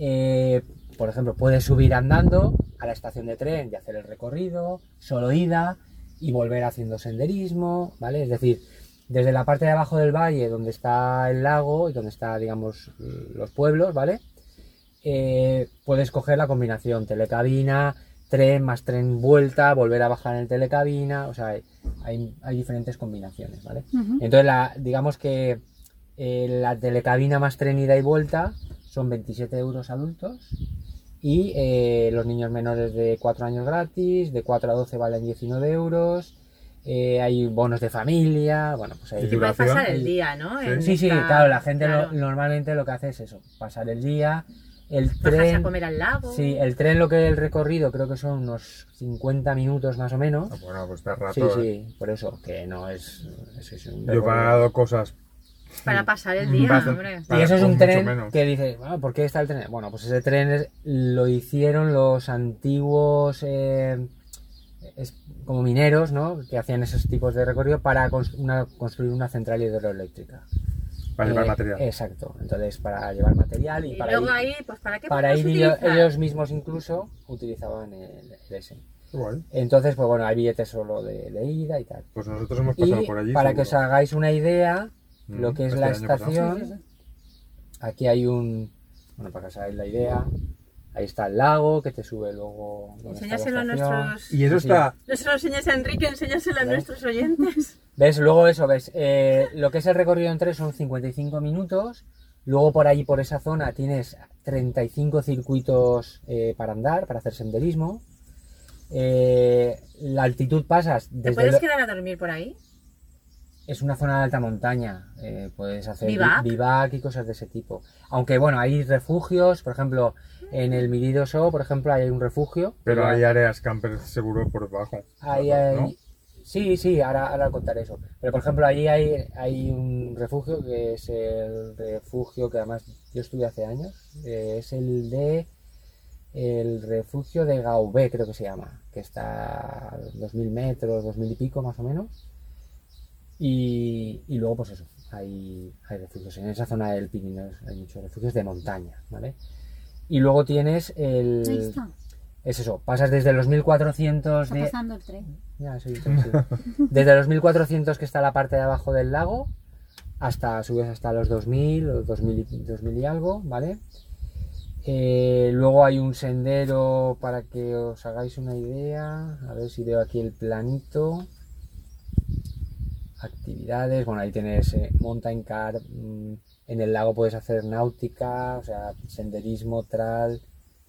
[SPEAKER 3] eh, por ejemplo, puede subir andando a la estación de tren y hacer el recorrido, solo ida y volver haciendo senderismo, ¿vale? Es decir, desde la parte de abajo del valle, donde está el lago y donde está, digamos, los pueblos, ¿vale? eh, puedes coger la combinación telecabina, tren más tren vuelta, volver a bajar en el telecabina, o sea, hay, hay- hay diferentes combinaciones, ¿vale?
[SPEAKER 4] Ujú.
[SPEAKER 3] Entonces, la, digamos que eh, la telecabina más tren ida y vuelta son 27 euros adultos y eh, los niños menores de 4 años gratis, de 4 a 12 valen 19 euros, eh, hay bonos de familia, bueno, pues hay...
[SPEAKER 2] Y
[SPEAKER 1] Que puede
[SPEAKER 2] Duración.
[SPEAKER 1] pasar el día, ¿no? En
[SPEAKER 3] Sí, sí,
[SPEAKER 1] esta-
[SPEAKER 3] claro, la gente lo-
[SPEAKER 1] claro.
[SPEAKER 3] normalmente lo que hace es eso, pasar el día, el
[SPEAKER 1] Bajarse
[SPEAKER 3] tren...
[SPEAKER 1] a comer al lago.
[SPEAKER 3] Sí, el tren lo que el recorrido creo que son unos 50 minutos más o menos.
[SPEAKER 2] ah, bueno, pues está
[SPEAKER 3] Sí,
[SPEAKER 2] rato. eh.
[SPEAKER 3] sí, por eso, que no es... es- es un
[SPEAKER 2] Yo he
[SPEAKER 3] recorrido.
[SPEAKER 2] pagado cosas.
[SPEAKER 1] Para pasar
[SPEAKER 3] Mm.
[SPEAKER 1] el día,
[SPEAKER 2] Bastante-
[SPEAKER 1] hombre.
[SPEAKER 3] Y eso es
[SPEAKER 2] por
[SPEAKER 3] un
[SPEAKER 2] mucho
[SPEAKER 3] tren
[SPEAKER 2] menos.
[SPEAKER 3] que dice, bueno, ¿por qué está el tren? Bueno, pues ese tren es- lo hicieron los antiguos eh, es- como mineros, ¿no? Que hacían esos tipos de recorrido para cons- una- construir una central hidroeléctrica.
[SPEAKER 2] Para llevar
[SPEAKER 3] Eh,
[SPEAKER 2] material.
[SPEAKER 3] Exacto, entonces para llevar material y,
[SPEAKER 1] Y
[SPEAKER 3] para
[SPEAKER 1] luego
[SPEAKER 3] ir,
[SPEAKER 1] ahí, pues para qué
[SPEAKER 3] para ir
[SPEAKER 1] podemos
[SPEAKER 3] ello-
[SPEAKER 1] utilizar?
[SPEAKER 3] ellos mismos incluso utilizaban el, el ese.
[SPEAKER 2] Qué guay.
[SPEAKER 3] Entonces, pues bueno, hay billetes solo de, de ida y tal.
[SPEAKER 2] Pues nosotros hemos pasado
[SPEAKER 3] Y
[SPEAKER 2] por allí.
[SPEAKER 3] para que os
[SPEAKER 2] seguro.
[SPEAKER 3] hagáis una idea, lo
[SPEAKER 2] Mm,
[SPEAKER 3] que es
[SPEAKER 2] este
[SPEAKER 3] la
[SPEAKER 2] año pasado.
[SPEAKER 3] estación,
[SPEAKER 4] Sí, sí,
[SPEAKER 3] aquí hay un... Bueno, para que os hagáis la idea, ahí está el lago que te sube luego... donde está la
[SPEAKER 1] Enseñárselo a
[SPEAKER 3] estación.
[SPEAKER 1] nuestros.
[SPEAKER 2] Y eso
[SPEAKER 3] Sí.
[SPEAKER 2] está.
[SPEAKER 1] No se lo enseñes a Enrique, enséñaselo a
[SPEAKER 3] Vale.
[SPEAKER 1] nuestros oyentes.
[SPEAKER 3] ¿Ves? Luego eso, ¿ves? Eh, lo que es el recorrido en tren son 55 minutos. Luego por ahí, por esa zona, tienes 35 circuitos eh, para andar, para hacer senderismo. Eh, la altitud pasas
[SPEAKER 1] ¿Te
[SPEAKER 3] desde...
[SPEAKER 1] puedes
[SPEAKER 3] lo-
[SPEAKER 1] quedar a dormir por ahí?
[SPEAKER 3] Es una zona de alta montaña. eh, puedes hacer
[SPEAKER 1] Vivac.
[SPEAKER 3] vivac. y cosas de ese tipo. Aunque bueno, hay refugios, por ejemplo, en el Miridoso, por ejemplo, hay un refugio.
[SPEAKER 2] Pero
[SPEAKER 3] que
[SPEAKER 2] hay áreas camper seguro por bajo.
[SPEAKER 3] hay-
[SPEAKER 2] ¿no?
[SPEAKER 3] hay- Sí, sí, ahora, ahora contaré eso. Pero por ejemplo, allí hay, hay un refugio que es el refugio que además yo estuve hace años. eh, es el de. El refugio de Gaubé, creo que se llama. Que está a 2000 metros, 2000 y pico más o menos. Y, y luego, pues eso, hay, hay refugios. En esa zona del Pirineo hay muchos refugios de montaña, ¿vale? Y luego tienes el.
[SPEAKER 4] Ahí está.
[SPEAKER 2] Pues
[SPEAKER 3] Es eso, pasas desde los 1400
[SPEAKER 4] Está
[SPEAKER 3] de.
[SPEAKER 4] pasando el tren.
[SPEAKER 3] Ya, sí, sí, sí. Desde los 1400 que está la parte de abajo del lago, hasta subes hasta los 2000 o 2000 y, 2000 y algo, ¿vale? Eh, luego hay un sendero para que os hagáis una idea. A ver si veo aquí el planito. Actividades. Bueno, ahí tienes eh, mountain car. mm, En el lago puedes hacer náutica, o sea, senderismo, tral.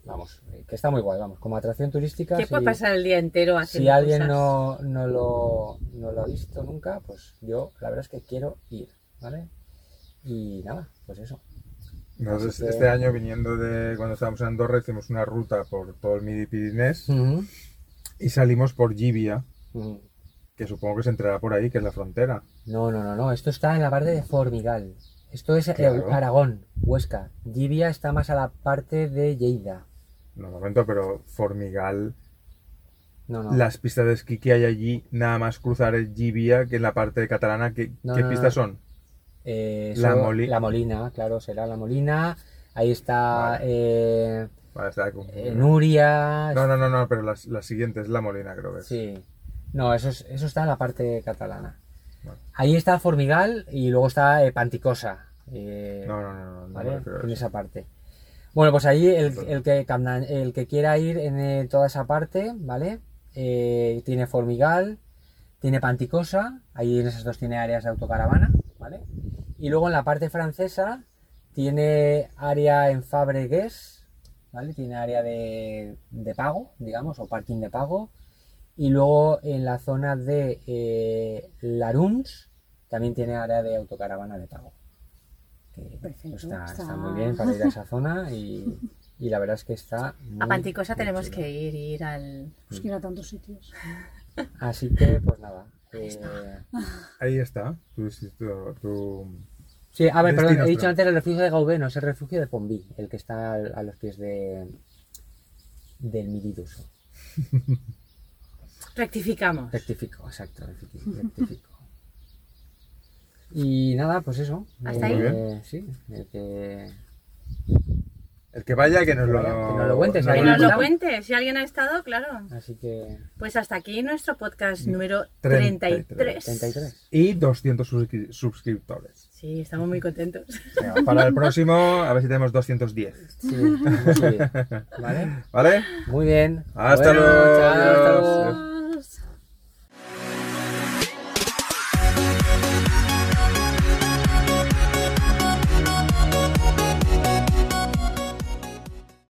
[SPEAKER 3] Vamos, eh, que está muy guay, vamos. Como atracción turística.
[SPEAKER 1] Que puede
[SPEAKER 3] sí.
[SPEAKER 1] pasar el día entero haciendo
[SPEAKER 3] Si alguien
[SPEAKER 1] cosas.
[SPEAKER 3] no, no, lo, no lo ha visto nunca, pues yo la verdad es que quiero ir, ¿vale? Y nada, pues eso.
[SPEAKER 2] Nosotros
[SPEAKER 3] Así que-
[SPEAKER 2] este año, viniendo de cuando estábamos en Andorra, hicimos una ruta por todo el Midi Pirinés y salimos por Gibia,
[SPEAKER 3] Mm.
[SPEAKER 2] que supongo que se entrará por ahí, que es la frontera.
[SPEAKER 3] No, no, no, no, esto está en la parte de Formigal. Esto es eh,
[SPEAKER 2] Claro.
[SPEAKER 3] Aragón, Huesca. Llivia está más a la parte de Lleida.
[SPEAKER 2] No, momento, pero Formigal,
[SPEAKER 3] No, no.
[SPEAKER 2] las pistas de esquí que hay allí, nada más cruzar el Gibia, que en la parte catalana, ¿qué,
[SPEAKER 3] No,
[SPEAKER 2] qué
[SPEAKER 3] no, no,
[SPEAKER 2] pistas
[SPEAKER 3] no.
[SPEAKER 2] son?
[SPEAKER 3] Eh,
[SPEAKER 2] La
[SPEAKER 3] so-
[SPEAKER 2] Moli-
[SPEAKER 3] la Molina, claro, será la Molina. Ahí está
[SPEAKER 2] Vale.
[SPEAKER 3] eh,
[SPEAKER 2] Vale, está como-
[SPEAKER 3] eh, Nuria.
[SPEAKER 2] No, no, no, no, pero la, la siguiente es la Molina, creo que es.
[SPEAKER 3] Sí. No, eso, es- eso está en la parte catalana.
[SPEAKER 2] Vale.
[SPEAKER 3] Ahí está Formigal y luego está eh, Panticosa. eh,
[SPEAKER 2] No, no, no, no, no, me
[SPEAKER 3] ¿vale?
[SPEAKER 2] refiero a
[SPEAKER 3] En
[SPEAKER 2] eso.
[SPEAKER 3] esa parte. Bueno, pues ahí el,
[SPEAKER 2] Vale.
[SPEAKER 3] el que, canda- el que quiera ir en eh, toda esa parte, ¿vale? Eh, tiene Formigal, tiene Panticosa, ahí en esas dos tiene áreas de autocaravana, ¿vale? Y luego en la parte francesa tiene área en Fabregues, ¿vale? Tiene área de, de pago, digamos, o parking de pago. Y luego en la zona de eh, Laruns también tiene área de autocaravana de pago. Que, pues,
[SPEAKER 4] Perfecto,
[SPEAKER 3] está,
[SPEAKER 4] está-
[SPEAKER 3] está muy bien para ir a esa zona y, y la verdad es que está... muy,
[SPEAKER 1] A Panticosa
[SPEAKER 3] muy
[SPEAKER 1] tenemos
[SPEAKER 3] chulo.
[SPEAKER 1] que ir, ir al...
[SPEAKER 4] Pues que ir a tantos sitios.
[SPEAKER 3] Así que, pues nada. eh,
[SPEAKER 2] Ahí está. Tu, tu- tu-
[SPEAKER 3] Sí, a ver, perdón,
[SPEAKER 2] Destinos,
[SPEAKER 3] he dicho
[SPEAKER 2] perdón.
[SPEAKER 3] antes el refugio de Gaubé, no es el refugio de Pombí, el que está al- a los pies de del Miriduso.
[SPEAKER 1] Rectificamos.
[SPEAKER 3] Rectifico, exacto, rectifi- rectifico. Y nada, pues eso.
[SPEAKER 1] Hasta
[SPEAKER 2] ahí.
[SPEAKER 3] Sí, el que...
[SPEAKER 2] El que vaya, que nos
[SPEAKER 3] Que
[SPEAKER 2] lo,
[SPEAKER 3] vaya, que nos lo cuentes,
[SPEAKER 1] Que
[SPEAKER 3] ahí
[SPEAKER 1] nos lo
[SPEAKER 3] estamos.
[SPEAKER 2] pues-
[SPEAKER 1] cuente, si alguien ha estado, claro.
[SPEAKER 3] Así que...
[SPEAKER 1] Pues hasta aquí nuestro podcast número
[SPEAKER 2] Treinta y
[SPEAKER 1] 33.
[SPEAKER 2] tres.
[SPEAKER 3] 33.
[SPEAKER 2] Y 200 suscri- suscriptores.
[SPEAKER 1] Sí, estamos muy contentos.
[SPEAKER 2] Venga, Para el próximo, a ver si tenemos 210.
[SPEAKER 3] Sí, sí, ¿Vale?
[SPEAKER 2] ¿Vale?
[SPEAKER 3] Muy bien.
[SPEAKER 2] Hasta
[SPEAKER 3] Bueno,
[SPEAKER 2] luego.
[SPEAKER 3] chao, hasta
[SPEAKER 2] Ah,
[SPEAKER 3] luego.